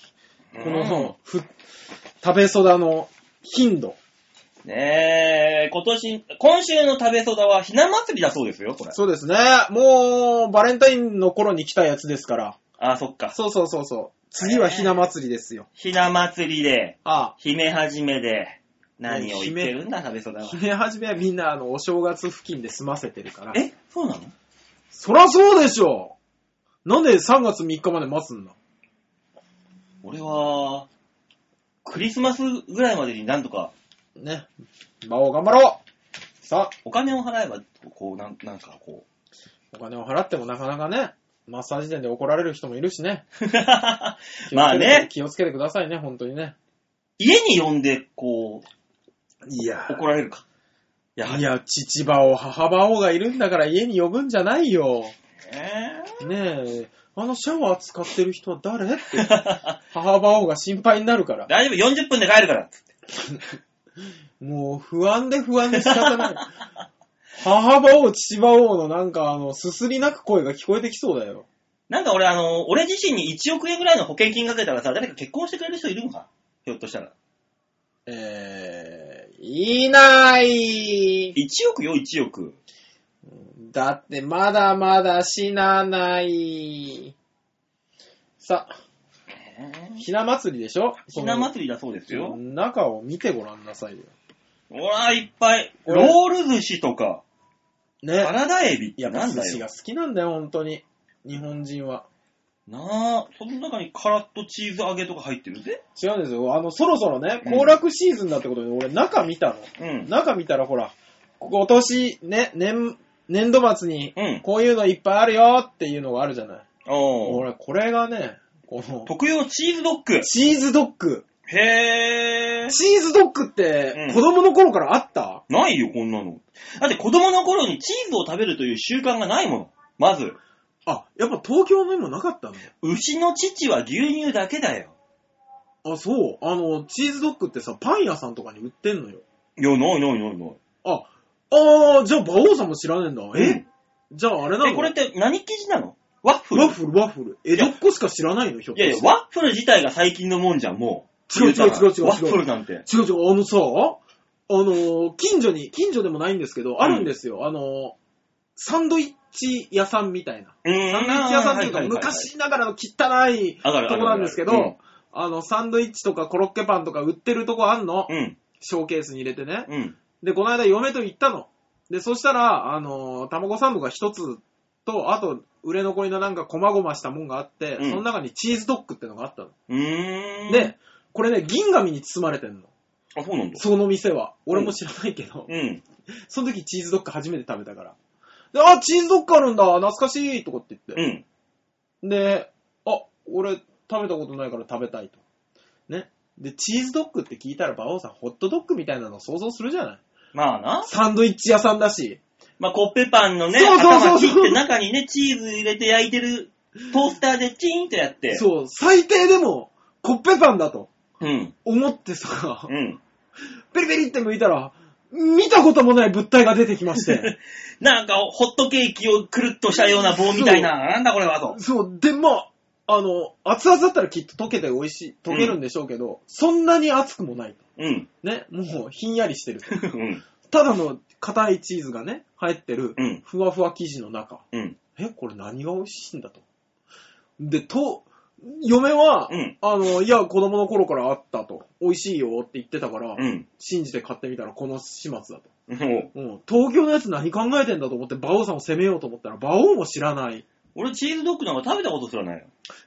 Speaker 3: この、ふ食べそだの頻度。
Speaker 2: ねえ、今年、今週の食べそだはひな祭りだそうですよ、これ。
Speaker 3: そうですね。もう、バレンタインの頃に来たやつですから。
Speaker 2: あ、そっか。
Speaker 3: そうそうそうそう。次はひな祭りですよ。
Speaker 2: ひな祭りで、
Speaker 3: あ
Speaker 2: 姫始めで、何を言ってるんだ、食べそだ
Speaker 3: あ。
Speaker 2: は。
Speaker 3: 姫始めはみんな、あの、お正月付近で済ませてるから。
Speaker 2: え、そうなの
Speaker 3: そらそうでしょなんで3月3日まで待つんだ
Speaker 2: 俺は、クリスマスぐらいまでになんとか
Speaker 3: ね。魔王頑張ろうさあ、
Speaker 2: お金を払えば、こう、なんなんかこう。
Speaker 3: お金を払ってもなかなかね、マッサージ店で怒られる人もいるしね。 *laughs*
Speaker 2: まあね、
Speaker 3: 気をつけてくださいね、本当にね。
Speaker 2: 家に呼んで、こ
Speaker 3: いや
Speaker 2: う、怒られるか。いや、
Speaker 3: い
Speaker 2: ね
Speaker 3: や、父馬王、母馬王がいるんだから家に呼ぶんじゃないよ。
Speaker 2: え
Speaker 3: ねえ、あのシャワー使ってる人は
Speaker 2: *laughs*
Speaker 3: 誰って。母馬王が心配になるから。
Speaker 2: 大丈夫、40分で帰るから。
Speaker 3: もう不安で不安で仕方ない。母馬王、父馬王のなんかあの、すすり泣く声が聞こえてきそうだよ。
Speaker 2: なんか俺、あの、俺自身に1億円ぐらいの保険金かけたらさ、誰か結婚してくれる人いるのかひょっとしたら。
Speaker 3: えー、いな
Speaker 2: 1
Speaker 3: い
Speaker 2: 億よ、1億。
Speaker 3: だってまだまだ死なない。さ、ひな祭りでしょ
Speaker 2: ひな祭りだそうですよ。
Speaker 3: 中を見てごらんなさいよ。
Speaker 2: ほら、いっぱい。
Speaker 3: こ
Speaker 2: ロ
Speaker 3: れ
Speaker 2: ール寿司とか、
Speaker 3: ね
Speaker 2: サ。ラダエビっ
Speaker 3: い
Speaker 2: て
Speaker 3: や、
Speaker 2: な
Speaker 3: お
Speaker 2: ん
Speaker 3: 寿
Speaker 2: だ
Speaker 3: 司
Speaker 2: よ
Speaker 3: が。好きなんだよ、本当に。日本人は。
Speaker 2: なあ、その中にカラッとチーズ揚げとか入ってるぜ。
Speaker 3: 違うんですよ。あの、そろそろね、
Speaker 2: うん
Speaker 3: 行楽シーズンだってことで、俺中見たの。
Speaker 2: うん。
Speaker 3: 中見たらほら、今年、ね、年、年度末に
Speaker 2: うん、
Speaker 3: こういうのいっぱいあるよっていうのがあるじゃない。
Speaker 2: おー。
Speaker 3: 俺、これがね、この、
Speaker 2: 特用チーズドッグ。
Speaker 3: チーズドッグ。
Speaker 2: へー。
Speaker 3: チーズドッグっ
Speaker 2: う
Speaker 3: て
Speaker 2: ん、
Speaker 3: 子供の頃からあった、
Speaker 2: ないよ、こんなの。だって子供の頃にチーズを食べるという習慣がないもの。まず、
Speaker 3: あ、やっぱ東京の今なかったんだよ。
Speaker 2: 牛の乳は牛乳だけだよ。
Speaker 3: あ、そう。あの、チーズドッグってさ、パン屋さんとかに売ってんのよ。
Speaker 2: いや、ないないないない。
Speaker 3: あ、あー、じゃあ、馬王さんも知らねえんだ。え、じゃあ、あれな
Speaker 2: え、
Speaker 3: の
Speaker 2: これって何生地なのワッフル
Speaker 3: ワッフル、ワッフル。江戸っ子しか知らないの、ひょっ
Speaker 2: い
Speaker 3: と
Speaker 2: やい
Speaker 3: し
Speaker 2: や、
Speaker 3: て。
Speaker 2: ワッフル自体が最近のもんじゃん、もう。
Speaker 3: 違う違う違う違う違う
Speaker 2: ワッフルなんて。
Speaker 3: 違う違う、あのさ、あのー近所に、近所でもないんですけど、あるんですよ。あのーサンドイッチ屋さんみたいな。
Speaker 2: うん、
Speaker 3: サンドイッチ屋さんっていうか、昔ながらの汚い
Speaker 2: とこと
Speaker 3: こなんですけど、あの、サンドイッチとかコロッケパンとか売ってるとこあんの、
Speaker 2: うん、
Speaker 3: ショーケースに入れてね。
Speaker 2: うん、
Speaker 3: で、この間嫁と行ったの。で、そしたら、あのー、卵サンドが一つと、あと、売れ残りのなんか、こまごましたもんがあって、
Speaker 2: うん
Speaker 3: その中にチーズドッグってのがあったの。
Speaker 2: うーん。、
Speaker 3: で、これね、銀紙に包まれてんの。
Speaker 2: あ、そうなんだ。
Speaker 3: その店は。俺も知らないけど、
Speaker 2: うん。
Speaker 3: その時チーズドッグ初めて食べたから。で、あ、チーズドッグあるんだ、懐かしいとかって言っ
Speaker 2: う
Speaker 3: て。
Speaker 2: ん。
Speaker 3: で、あ、俺食べたことないから食べたいと。ね。で、チーズドッグって聞いたら、馬王さん、ホットドッグみたいなの想像するじゃない
Speaker 2: まあな。
Speaker 3: サンドイッチ屋さんだし。
Speaker 2: まあ、コッペパンのね、
Speaker 3: そうそうそうそう
Speaker 2: 頭切って中にね、チーズ入れて焼いてる、トースターでチーンとやって。う。
Speaker 3: そう、最低でも、コッペパンだと
Speaker 2: うん。
Speaker 3: 思ってさ、
Speaker 2: うん。
Speaker 3: ペリペリって剥いたら、見たこともない物体が出てきまして。
Speaker 2: *laughs* なんか、ホットケーキをくるっとしたような棒みたいな、なんだこれはと。
Speaker 3: そう、で、まあ、あの、熱々だったらきっと溶けて美味しい、溶けるんでしょうけど、そんなに熱くもない。
Speaker 2: うん。
Speaker 3: ね、もうひんやりしてる。
Speaker 2: うん。
Speaker 3: ただの硬いチーズがね、入ってる
Speaker 2: う、ん。
Speaker 3: ふわふわ生地の中。
Speaker 2: うん。
Speaker 3: え、これ何が美味しいんだと。で、と、嫁は、
Speaker 2: うん
Speaker 3: あの、いや、子供の頃からあったと。美味しいよって言ってたから、
Speaker 2: うん。
Speaker 3: 信じて買ってみたらこの始末だと。
Speaker 2: もう
Speaker 3: うん、東京のやつ何考えてんだと思って、馬王さんを責めようと思ったら、馬王も知らない。
Speaker 2: 俺、チーズドッグなんか食べたことすらないよ。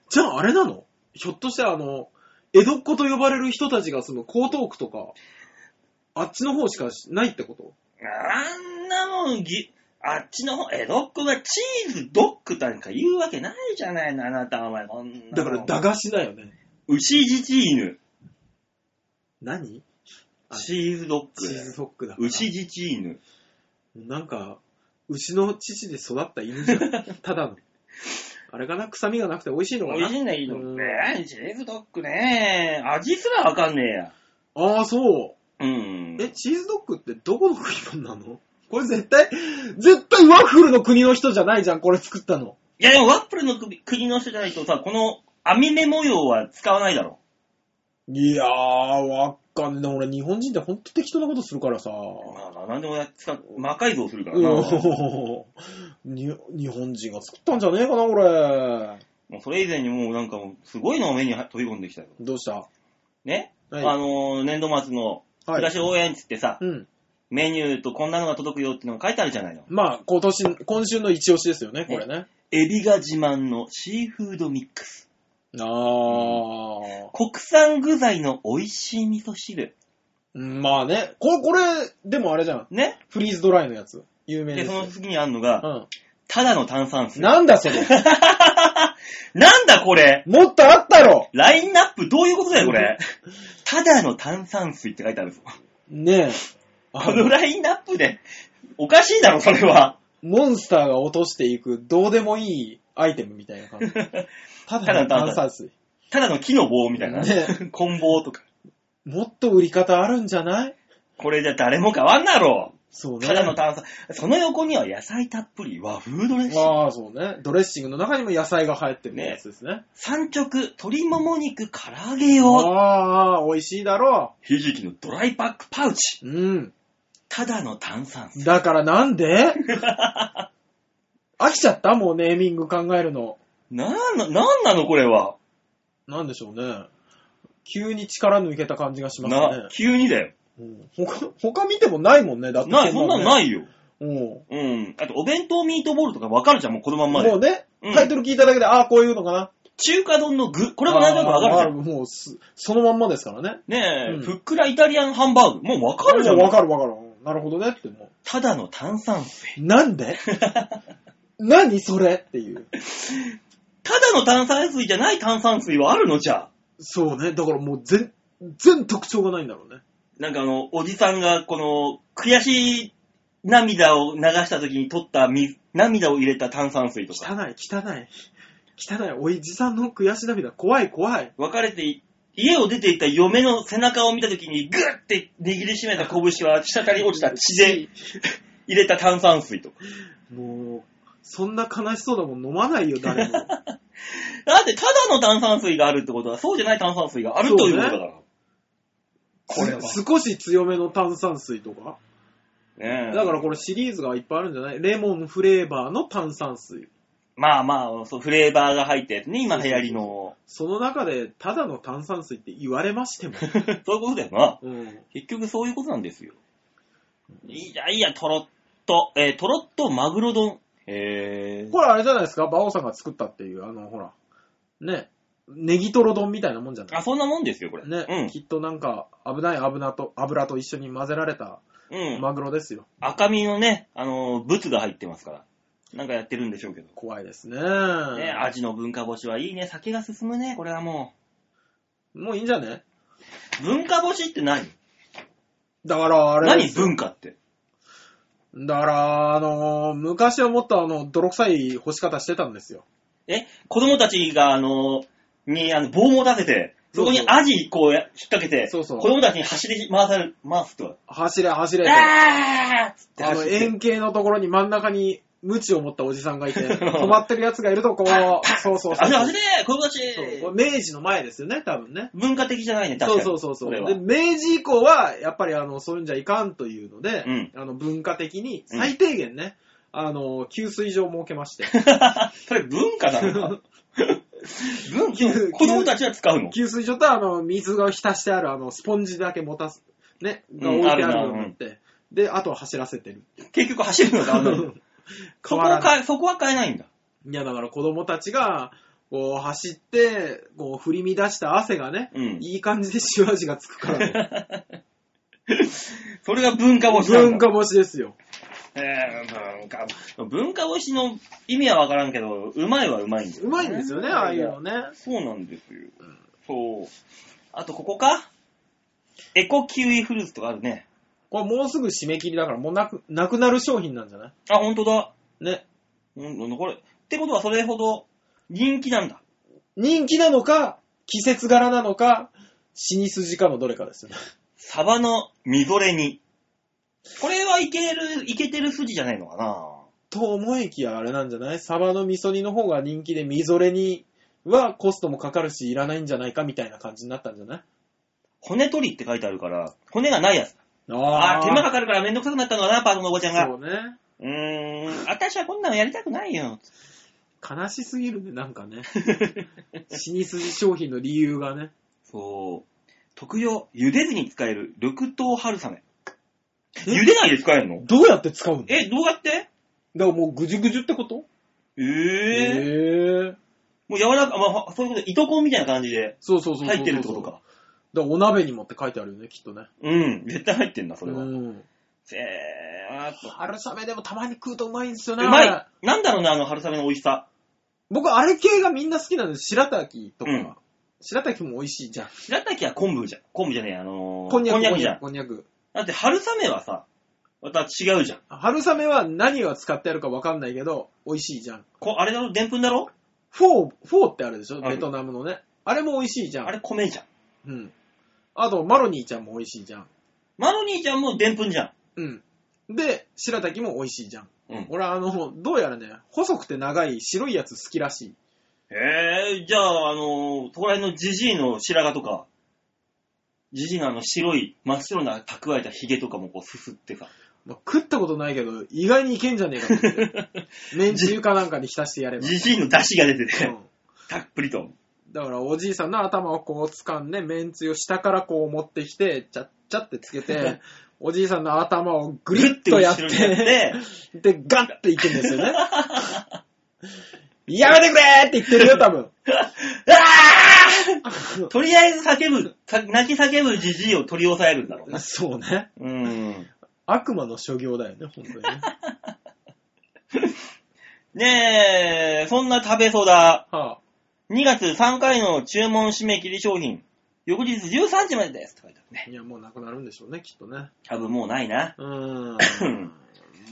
Speaker 3: じゃああれなのひょっとしてあの、江戸っ子と呼ばれる人たちが住む江東区とか、あっちの方しかしないってこと
Speaker 2: あんなもんぎ、あっちの方、江戸っ子がチーズドッグなんか言うわけないじゃないの、あなた、お前、こんなの。
Speaker 3: だから駄菓子だよね。
Speaker 2: 牛乳犬、
Speaker 3: 何はい
Speaker 2: チーズドッグ。
Speaker 3: チーズホックだから。
Speaker 2: 牛乳犬。
Speaker 3: なんか、牛の乳で育った犬
Speaker 2: *laughs*
Speaker 3: じゃん。ただの。あれかな臭みがなくて美味しいのか
Speaker 2: 美
Speaker 3: な
Speaker 2: 味しいんだけど
Speaker 3: うん
Speaker 2: ね、チーズドッグね、味すらわかんねえや。
Speaker 3: ああ、そう。
Speaker 2: うん。
Speaker 3: え、チーズドッグってどこの国分なのこれ絶対、絶対ワッフルの国の人じゃないじゃん、これ作ったの。
Speaker 2: いやでもワップルの国国の人じゃないとさ、この網目模様は使わないだろ。
Speaker 3: いやー、わかんない。俺、日本人ってほんと適当なことするからさ。
Speaker 2: まあまあ、なんでもやっ使う、魔改造するからな。も
Speaker 3: うんに日本人が作ったんじゃねえかな、これ。
Speaker 2: うそれ以前にもうなんかもう、すごいのが目に飛び込んできたよ。
Speaker 3: どうした
Speaker 2: ねあ
Speaker 3: はい。
Speaker 2: のー、年度末の暮
Speaker 3: は
Speaker 2: ら
Speaker 3: い。
Speaker 2: し応援っつってさ、
Speaker 3: うん。
Speaker 2: メニューとこんなのが届くよってのが書いてあるじゃないの。
Speaker 3: まあ、今年、今週の一押しですよね、これね。
Speaker 2: エビが自慢のシーフードミックス。
Speaker 3: あー。
Speaker 2: 国産具材の美味しい味噌汁。
Speaker 3: うんまあね。これ、これ、でもあれじゃん。
Speaker 2: ね。
Speaker 3: フリーズドライのやつ。有名で
Speaker 2: で、
Speaker 3: す
Speaker 2: そ
Speaker 3: よ
Speaker 2: の。次にあるのが、ただの炭酸
Speaker 3: うん。
Speaker 2: 水。
Speaker 3: なんだそれ。 *laughs*
Speaker 2: なんだこれ
Speaker 3: もっとあったろ
Speaker 2: ラインナップどういうことだよこれ。ただの炭酸水って書いてあるぞ。
Speaker 3: ねえ。あ
Speaker 2: この
Speaker 3: の、
Speaker 2: ラインナップで、おかしいだろ、それは。
Speaker 3: モンスターが落としていく、どうでもいいアイテムみたいな
Speaker 2: *laughs*
Speaker 3: 感じ。ただの炭酸水。
Speaker 2: ただの木の棒みたいな。
Speaker 3: ね
Speaker 2: 棍棒とか。
Speaker 3: もっと売り方あるんじゃない
Speaker 2: これじゃ誰も変わんなろ。
Speaker 3: そうね。
Speaker 2: ただの炭酸。その横には野菜たっぷり和風ドレッシング。
Speaker 3: ああ、そうね。ドレッシングの中にも野菜が入ってるやつですね。
Speaker 2: 三直、鶏もも肉唐揚げ用。
Speaker 3: ああ、美味しいだろ
Speaker 2: ひじきのドライパックパウチ。
Speaker 3: う。うん。
Speaker 2: ただの炭酸水。
Speaker 3: だからなん
Speaker 2: *laughs*
Speaker 3: で飽きちゃったもうネーミング考えるの。
Speaker 2: なんな、なんなのこれは。
Speaker 3: なんでしょうね。急に力抜けた感じがしますね
Speaker 2: な、。急にだよ。
Speaker 3: うん他、他見てもないもんね、だって。
Speaker 2: ない、そんなの
Speaker 3: い。
Speaker 2: ないよ。
Speaker 3: うん。
Speaker 2: うん。あと、お弁当ミートボールとかわかるじゃん、もうこのまんまで
Speaker 3: もう。ね、
Speaker 2: うん
Speaker 3: タイトル聞いただけで、ああ、こういうのかな。
Speaker 2: 中華丼の具、こ
Speaker 3: こ
Speaker 2: れもなんとなくわかるじゃん。
Speaker 3: もうす、そのまんまですからね。
Speaker 2: ねえ、
Speaker 3: うん
Speaker 2: ふっくらイタリアンハンバーグ。もうわかるじゃん。
Speaker 3: わかるわかる。なるほどねって思
Speaker 2: ただの炭酸水。
Speaker 3: う。な
Speaker 2: *laughs*
Speaker 3: んで何それっていう。
Speaker 2: ただの炭酸水じゃない炭酸水はあるのじゃあ。
Speaker 3: そうね。だからもう全、全特徴がないんだろうね。
Speaker 2: なんかあの、おじさんがこの、悔しい涙を流した時に取った水、涙を入れた炭酸水とか。
Speaker 3: 汚い、汚い。汚い。おいじさんの悔し涙、怖い、怖い。
Speaker 2: 別れて、家を出ていった嫁の背中を見た時に、グッて握りしめた拳は、滴り落ちた血で入れた炭酸水とか。
Speaker 3: もう、そんな悲しそうだもん飲まないよ、誰も。
Speaker 2: だって、ただの炭酸水があるってことは、そうじゃない炭酸水があるということだから。 *laughs* これは。
Speaker 3: す少し強めの炭酸水とか。
Speaker 2: ねえ
Speaker 3: だからこれシリーズがいっぱいあるんじゃないレモンフレーバーの炭酸水。
Speaker 2: まあまあ、そうフレーバーが入ったやつね、今流行りの。
Speaker 3: その中で、ただの炭酸水って言われましても。
Speaker 2: そういうことだよな。
Speaker 3: うん。
Speaker 2: 結局そういうことなんですよ。いやいや、とろっと、えーとろっとマグロ丼。えー、
Speaker 3: これあれじゃないですか馬王さんが作ったっていう、あの、ほら。ね。ネギトロ丼みたいなもんじゃない
Speaker 2: あ、そんなもんですよ、これ。
Speaker 3: ね、
Speaker 2: うん
Speaker 3: きっとなんか、危ない油と、油と一緒に混ぜられた。
Speaker 2: うん。
Speaker 3: マグロですよ。
Speaker 2: 赤身のね、あのー、ブツが入ってますから。なんかやってるんでしょうけど。
Speaker 3: 怖いですね。
Speaker 2: ね、アジの文化星はいいね。酒が進むね、これはも
Speaker 3: もういいんじゃね
Speaker 2: う。文化星って何
Speaker 3: だから、あれ。
Speaker 2: 何文化って。
Speaker 3: だから、あのー昔はもっとあの、泥臭い干し方してたんですよ。
Speaker 2: え、子供たちが、あのー、に、あの、棒を立てて、そこにアジ、こうや、引っ掛けて、
Speaker 3: そうそう
Speaker 2: 子供たちに走り回される、回すとは。
Speaker 3: 走れ、走れと。
Speaker 2: あーっつって
Speaker 3: あの、
Speaker 2: 走って
Speaker 3: 円形のところに真ん中に、無知を持ったおじさんが
Speaker 2: *laughs*
Speaker 3: いて、止まってる奴がいると、こう、そうそうそう。
Speaker 2: 走れ走れ子供たち
Speaker 3: そうこれ明治の前ですよね、多分ね。
Speaker 2: 文化的じゃないね、確
Speaker 3: そ
Speaker 2: か
Speaker 3: う
Speaker 2: に。
Speaker 3: そうそうそう。
Speaker 2: これは
Speaker 3: で、明治以降は、やっぱりあの、そういうんじゃいかんというので、
Speaker 2: うん
Speaker 3: あの、文化的に最低限ね、あの、給水所を設けまして、
Speaker 2: *laughs* それ文化だな。文化、子供たちは使うの。
Speaker 3: *laughs* 給水所とあの、水が浸してあるあの、スポンジだけ持たす、ね、が置いてあるようになって、で、あとは走らせてる。
Speaker 2: 結局走るのかあんなのそ
Speaker 3: *laughs* 変
Speaker 2: こ
Speaker 3: わら
Speaker 2: は
Speaker 3: ない。
Speaker 2: 変え、そこは変えないんだ。
Speaker 3: いや、だから子供たちが、こう、走って、こう、振り乱した汗がね、
Speaker 2: うん
Speaker 3: いい感じで塩味がつくからね、
Speaker 2: *laughs* それが文化推しなん
Speaker 3: 文
Speaker 2: だ。
Speaker 3: 化星ですよ。
Speaker 2: えー文化。文化推しの意味はわからんけど、うまいはうまいんだよ、
Speaker 3: うまいんですよね、ああいうのね。
Speaker 2: そうなんですよ。そう。あと、ここかエコキウイフルーツとかあるね。
Speaker 3: これもうすぐ締め切りだから、もうなく、なくなる商品なんじゃない
Speaker 2: あ、ほんとだ。
Speaker 3: ね。
Speaker 2: ほんとこれ。ってことはそれほど人気なんだ。
Speaker 3: 人気なのか、季節柄なのか、死に筋かのどれかですよね。
Speaker 2: サバのみぞれ煮。これはいける、いけてる筋じゃないのかな
Speaker 3: と思いきやあれなんじゃないサバの味噌煮の方が人気で、みぞれ煮はコストもかかるし、いらないんじゃないかみたいな感じになったんじゃない
Speaker 2: 骨取りって書いてあるから、骨がないやつ。
Speaker 3: あ
Speaker 2: ああ、手間かかるからめんどくさくなったのかな、パートのおばちゃんが。
Speaker 3: そうね。
Speaker 2: うーん、私はこんなのやりたくないよ。
Speaker 3: 悲しすぎるね、なんかね。 *laughs* 死に筋商品の理由がね。
Speaker 2: そう。特用、茹でずに使える緑豆春雨。茹でないで使えるの
Speaker 3: どうやって使うのだか
Speaker 2: え、どうやって
Speaker 3: らもうぐじゅぐじゅってこと
Speaker 2: え
Speaker 3: へ
Speaker 2: えー。
Speaker 3: ー。
Speaker 2: もう柔らか、まあ、そういうこと、糸こんみたいな感じで
Speaker 3: そうそうそうそうそう。
Speaker 2: 入ってるってことか。
Speaker 3: だからお鍋にもって書いてあるよね、きっとね。
Speaker 2: うん、絶対入ってんだ、そうれは。
Speaker 3: ん。
Speaker 2: えー、あと
Speaker 3: 春雨でもたまに食うとうまいんですよね。
Speaker 2: うまいなんだろうね、あの春雨の美味しさ。
Speaker 3: 僕、あれ系がみんな好きなんです。白滝とか。
Speaker 2: うん
Speaker 3: 白滝も美味しいじゃん。
Speaker 2: 白滝は昆布じゃん。昆布じゃねえ、あのー、
Speaker 3: こんにゃく、こんに
Speaker 2: じゃ
Speaker 3: ゃ
Speaker 2: ん
Speaker 3: く、。こんにゃく。
Speaker 2: だって春雨はさ、また違うじゃん。
Speaker 3: 春雨は何が使ってあるかわかんないけど、美味しいじゃん。
Speaker 2: こあれだろでんぷんだろ
Speaker 3: フォー、フォーってあるでしょ
Speaker 2: ある
Speaker 3: ベトナムのね。あれも美味しいじゃん。
Speaker 2: あれ米じゃん。
Speaker 3: うん。あと、マロニーちゃんも美味しいじゃん。
Speaker 2: マロニーちゃんもでんぷんじゃん。
Speaker 3: うん。で、白滝も美味しいじゃん。
Speaker 2: うん。
Speaker 3: 俺、あの、どうやらね、細くて長い白いやつ好きらしい。
Speaker 2: へえー、じゃあ、あのー、そこら辺のジジイの白髪とか、ジジイのあの白い、真っ白な蓄えたヒゲとかもこうすすって
Speaker 3: *laughs*
Speaker 2: さ。
Speaker 3: まあ食ったことないけど、意外にいけんじゃねえかと
Speaker 2: *laughs*
Speaker 3: 思って。麺つゆかなんかに浸してやれば。
Speaker 2: ジジイの出汁が出て
Speaker 3: う
Speaker 2: て
Speaker 3: ん、
Speaker 2: たっぷりと。
Speaker 3: だからおじいさんの頭をこう掴んで、めんつゆを下からこう持ってきて、ちゃっちゃってつけて、おじいさんの頭をぐりっとやっ、
Speaker 2: ぐる後ろにやってて、
Speaker 3: *laughs* で、ガッていくんですよね。やめてくれーって言ってるよ、多分。
Speaker 2: あーとりあえず叫ぶ、さ泣き叫ぶジジイを取り押さえるんだろうな。
Speaker 3: そうね。
Speaker 2: うん。
Speaker 3: 悪魔の所業だよね、本当にね。
Speaker 2: ねえ、そんな食べそだ。
Speaker 3: はあ、
Speaker 2: 2月3回の注文締め切り商品。翌日13時までです。って書いてあるね。
Speaker 3: いや、もうなくなるんでしょうね、きっとね。
Speaker 2: 多分もうないな。
Speaker 3: うーん。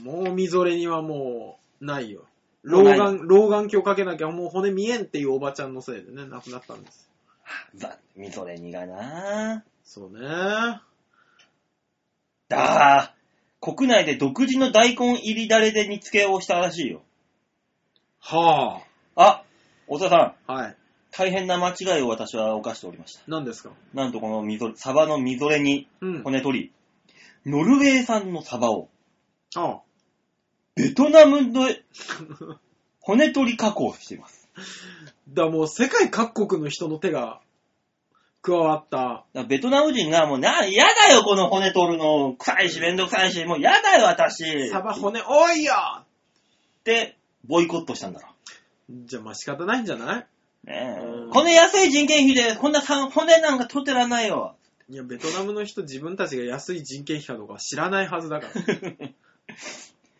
Speaker 3: もうみぞれにはもう、ないよ。
Speaker 2: も
Speaker 3: 老
Speaker 2: うない
Speaker 3: 眼、老眼鏡かけなきゃもう骨見えんっていうおばちゃんのせいでね、亡くなったんです。
Speaker 2: ざ、みぞれにがな
Speaker 3: そうね。
Speaker 2: だー。国内で独自の大根入りだれで煮付けをしたらしいよ。
Speaker 3: は
Speaker 2: あ、お田さん、
Speaker 3: あ。はい。
Speaker 2: 大変な間違いを私は犯しておりました。
Speaker 3: 何ですか
Speaker 2: なんとこのみぞれ、サバのみぞれに
Speaker 3: うん。
Speaker 2: 骨取り、ノルウェー産のサバを
Speaker 3: ああ。
Speaker 2: ベトナムで骨取り加工しています。
Speaker 3: だからもう世界各国の人の手が加わった。
Speaker 2: だからベトナム人がもうな、やだよこの骨取るの、臭いしめんどくさいし、もうやだよ私
Speaker 3: サバ骨多いよ
Speaker 2: ってボイコットしたんだろ
Speaker 3: じゃあまあ仕方ないんじゃな
Speaker 2: う。ねえ
Speaker 3: うん
Speaker 2: この安い人件費でこんなさ骨なんか取ってらんない
Speaker 3: *laughs*
Speaker 2: よ。
Speaker 3: いいや、ベトナムの人自分たちが安い人件費かどうかは知らないはずだ *laughs* から。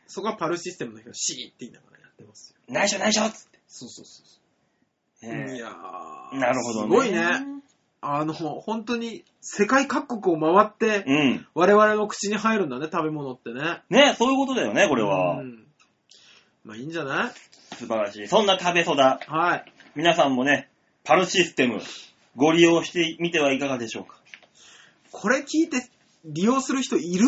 Speaker 3: そこはパルシステムの人がシーって言いながらやってますよ。
Speaker 2: 内緒内緒っつって。
Speaker 3: そうそうそうそ
Speaker 2: え
Speaker 3: う。
Speaker 2: え
Speaker 3: いやー
Speaker 2: なるほどね。
Speaker 3: すごいね。。あの、本当に世界各国を回って
Speaker 2: うん。
Speaker 3: 我々の口に入るんだね、食べ物ってね。
Speaker 2: ねそういうことだよね、こ
Speaker 3: こ
Speaker 2: れは。
Speaker 3: まあいいんじゃない
Speaker 2: 素晴らしい。そんな食べそだ。
Speaker 3: はい。
Speaker 2: 皆さんもね、パルシステム、ご利用してみてはいかがでしょうか。 *laughs*
Speaker 3: これ聞いて利用する人いる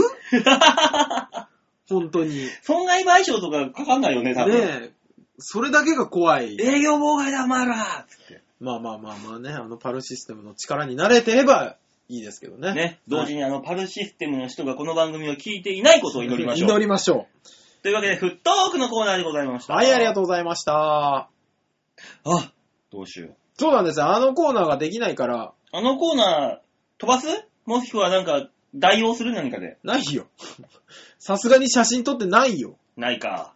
Speaker 3: 本当に。ね
Speaker 2: 損害賠償とかかかんないよね、多分。
Speaker 3: え。それだけが怖い。
Speaker 2: 営業妨害だ、お前らつって。
Speaker 3: まあまあまあまあね、あのパルシステムの力に慣れてればいいですけどね。
Speaker 2: ね、同時にあの、パルシステムの人がこの番組を聞いていないことを祈りましょ
Speaker 3: 祈
Speaker 2: う。
Speaker 3: りましょ
Speaker 2: というわけで、フットークのコーナーでございまし
Speaker 3: う。
Speaker 2: た。
Speaker 3: はい、ありが
Speaker 2: と
Speaker 3: とうございました。
Speaker 2: う。あ、どうしよう。
Speaker 3: そうなんですよ。あのコーナーができないから、
Speaker 2: あのコーナー、飛ばすもしくはなんか、代用する何かで。
Speaker 3: ないよ。 *laughs* さすがに写真撮ってないよ。
Speaker 2: ないか。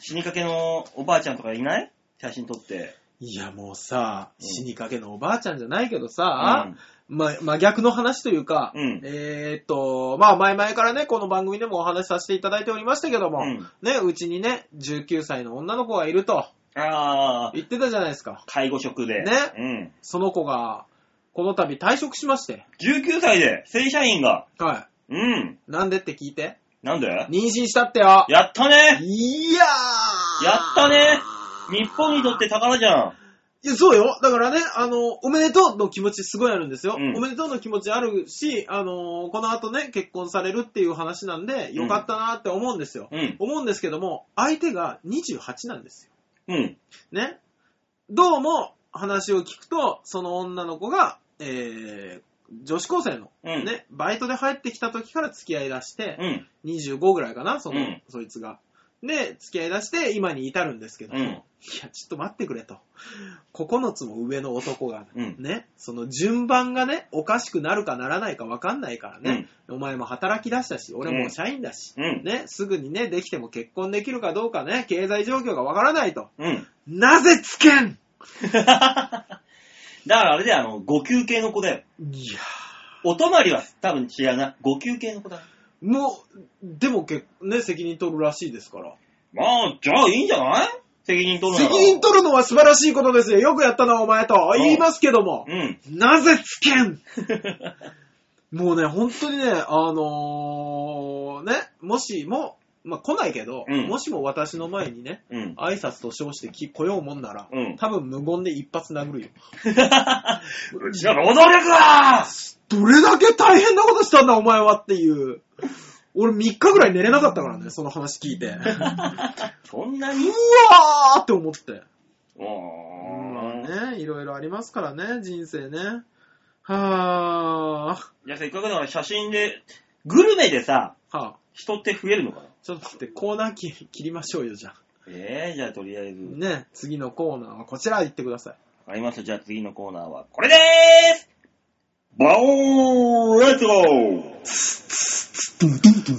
Speaker 2: 死にかけのおばあちゃんとかいない写真撮って。
Speaker 3: いやもうさ、
Speaker 2: うん
Speaker 3: 死にかけのおばあちゃんじゃないけどさ、ま、真逆の話というか、
Speaker 2: うん
Speaker 3: えーっと、まあ前々からね、この番組でもお話しさせていただいておりましたけど
Speaker 2: う
Speaker 3: も、
Speaker 2: ん。うん。
Speaker 3: ね、うちにね、19歳の女の子がいると
Speaker 2: あー、
Speaker 3: 言ってたじゃないですか。
Speaker 2: 介護職で。
Speaker 3: ね
Speaker 2: うん。
Speaker 3: その子が、この度退職しまして。
Speaker 2: 19歳で正社員が。
Speaker 3: は
Speaker 2: うん。
Speaker 3: い。なんでって聞いて。
Speaker 2: なんで
Speaker 3: 妊娠したってよ。
Speaker 2: やったね
Speaker 3: いやー。
Speaker 2: やったね日本にとって宝じゃん。
Speaker 3: いやそうよ。だからね、あの、おめでとうの気持ちすごいあるんですよ。
Speaker 2: うん
Speaker 3: おめでとうの気持ちあるし、あの、この後ね、結婚されるっていう話なんで、よかったなって思うんですよ。
Speaker 2: うん。
Speaker 3: 思うんですけども、相手が28なんですよ。
Speaker 2: うん。
Speaker 3: ね。どうも話を聞くと、その女の子が、えー、女子高生の、
Speaker 2: うん
Speaker 3: ね、バイトで入ってきた時から付き合い出して、
Speaker 2: うん。
Speaker 3: 25ぐらいかな、その、
Speaker 2: うん
Speaker 3: そいつが。で、付き合い出して、今に至るんですけども、
Speaker 2: うん
Speaker 3: いや、ちょっと待ってくれと。9つも上の男が、
Speaker 2: うん
Speaker 3: ね、その順番がね、おかしくなるかならないか分かんないからね、お前も働き出したし、俺も社員だし、
Speaker 2: うん。
Speaker 3: ね、すぐにね、できても結婚できるかどうかね、経済状況が分からないと。
Speaker 2: うん。
Speaker 3: なぜつけん
Speaker 2: だからあれだよ、あの、5級系の子だよ。
Speaker 3: いや
Speaker 2: お泊まりは多分違うな。5級系の子だ。
Speaker 3: ーもう、でも結ね、責任取るらしいですから。
Speaker 2: まあ、じゃあいいんじゃない責任取るな
Speaker 3: 責
Speaker 2: ら。
Speaker 3: 任取るのは素晴らしいことですよ。よくやったな、お前と。言いますけども。
Speaker 2: うん。
Speaker 3: なぜつけ
Speaker 2: *laughs*
Speaker 3: んもうね、本当にね、あのーね、もしも、まあ、来ないけど、
Speaker 2: うん
Speaker 3: もしも私の前にね、
Speaker 2: うん。
Speaker 3: 挨拶と称してき来ようもんなら、
Speaker 2: うん
Speaker 3: 多分無言で一発殴るよ。
Speaker 2: うちの労働力だ
Speaker 3: どれだけ大変なことしたんだ、お前はっていう。俺3日ぐらい寝れなかったからね、その話聞い
Speaker 2: *laughs*
Speaker 3: て。うわ
Speaker 2: そんなに
Speaker 3: ーって思って。
Speaker 2: おー。
Speaker 3: まあね、いろいろありますからね、人生ね。はぁ
Speaker 2: じゃあせっかくだから写真で、グルメでさ、
Speaker 3: はぁ
Speaker 2: 人って増えるのかな
Speaker 3: ちょっと待って、コーナー切切りましょうよ、じゃあ。
Speaker 2: ええじゃあとりあえず。
Speaker 3: ね、次のコーナーはこちら行ってください。
Speaker 2: わかりました。じゃあ次のコーナーはこれでーすバオーレッツゴ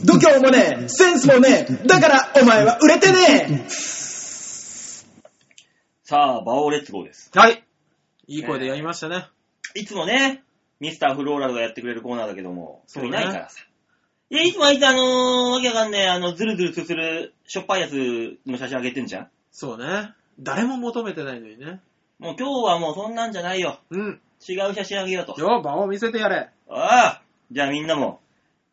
Speaker 3: 度胸もねえ、センスもねえ、だからお前は売れてね
Speaker 2: さあ、バオーレッツゴーです。
Speaker 3: えはい。いい声でやりましたね。
Speaker 2: いつもね、ミスターフローラルがやってくれるコーナーだけども、
Speaker 3: そうね
Speaker 2: いないからさ。いや、いつもあいつあのー、わけわかんねえ、あの、ズルズルすする、しょっぱいやつの写真あげてんじゃん
Speaker 3: そうね。誰も求めてないのにね。
Speaker 2: もう今日はもうそんなんじゃないよ。
Speaker 3: うん。
Speaker 2: 違う写真あげようと。
Speaker 3: よ、場を見せてやれ。
Speaker 2: ああじゃあみんなも、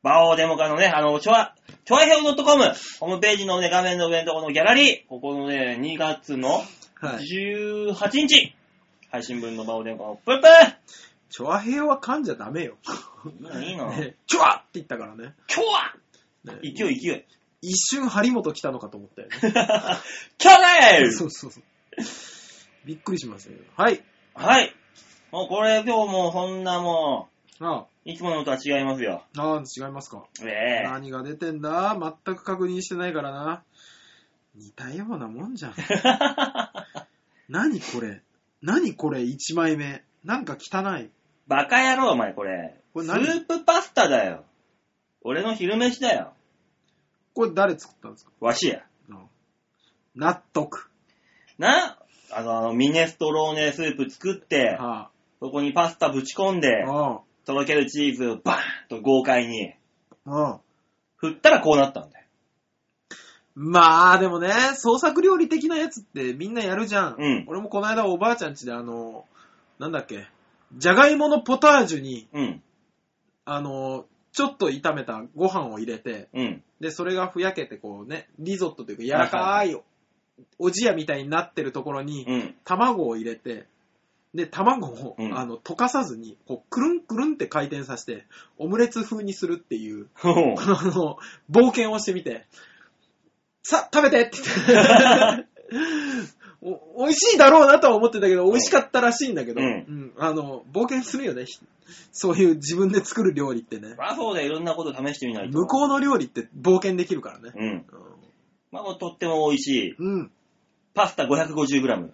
Speaker 2: バオーデモカのね、あの、ちょわ、ちょわひょう .com、ホームページのね、画面の上のところのギャラリー、ここのね、2月の
Speaker 3: はい。
Speaker 2: 18日、配信分のバオーデモカのプップ
Speaker 3: チョアヘヨは噛んじゃダメよ。
Speaker 2: ーいいの今
Speaker 3: ねチョアって言ったからね。
Speaker 2: 日は
Speaker 3: ね
Speaker 2: 勢い勢い。 *laughs*
Speaker 3: 一瞬張本来たのかと思ったよね。
Speaker 2: 今日で
Speaker 3: そうそうそう。びっくりしましたけど。はい。
Speaker 2: はい。もうこれ今日もうそんなも
Speaker 3: あ
Speaker 2: う、いつものとは違いますよ。
Speaker 3: あ、ああ違いますか。
Speaker 2: ええ
Speaker 3: 何が出てんだ全く確認してないからな。似たようなもんじゃん。何これ何これ1枚目。なんか汚い。
Speaker 2: *laughs* バカ野郎お前これ。
Speaker 3: これ
Speaker 2: ス
Speaker 3: 何
Speaker 2: ープパスタだよ。俺の昼飯だよ。
Speaker 3: これ誰作ったんですか
Speaker 2: わしや。
Speaker 3: ああ納得。
Speaker 2: な、あの、あのミネストローネスープ作って、
Speaker 3: は
Speaker 2: そこにパスタぶち込んで、
Speaker 3: あ、あ
Speaker 2: とろけるチーズをバーンと豪快に、
Speaker 3: あ、ああ。
Speaker 2: 振ったらこうなったんだよ。
Speaker 3: まあ、でもね、創作料理的なやつってみんなやるじゃん。
Speaker 2: うん
Speaker 3: 俺もこの間おばあちゃん家であの、なんだっけ、じゃがいものポタージュに、
Speaker 2: うん、
Speaker 3: あの、ちょっと炒めたご飯を入れて、
Speaker 2: うん、
Speaker 3: で、それがふやけてこうね、リゾットというか柔らかいおじやみたいになってるところに、 *laughs*
Speaker 2: うん。
Speaker 3: 卵を入れて、で、卵を、
Speaker 2: うん
Speaker 3: あの、溶かさずに、こう、くるんくるんって回転させて、オムレツ風にするっていう、
Speaker 2: ほう
Speaker 3: この、あの、冒険をしてみて、さ、食べてって
Speaker 2: *laughs*
Speaker 3: 言って。お美味しいだろうなとは思ってたけど、美味しかったらしいんだけど、
Speaker 2: うん
Speaker 3: うんあの、冒険するよね。ひそういう自分で作る料理ってね。
Speaker 2: まあそうでいろんなこと試してみないと。
Speaker 3: 向こうの料理って冒険できるからね。
Speaker 2: うん。まあもうとっても美味しい。
Speaker 3: うん。うん
Speaker 2: パスタ 550g。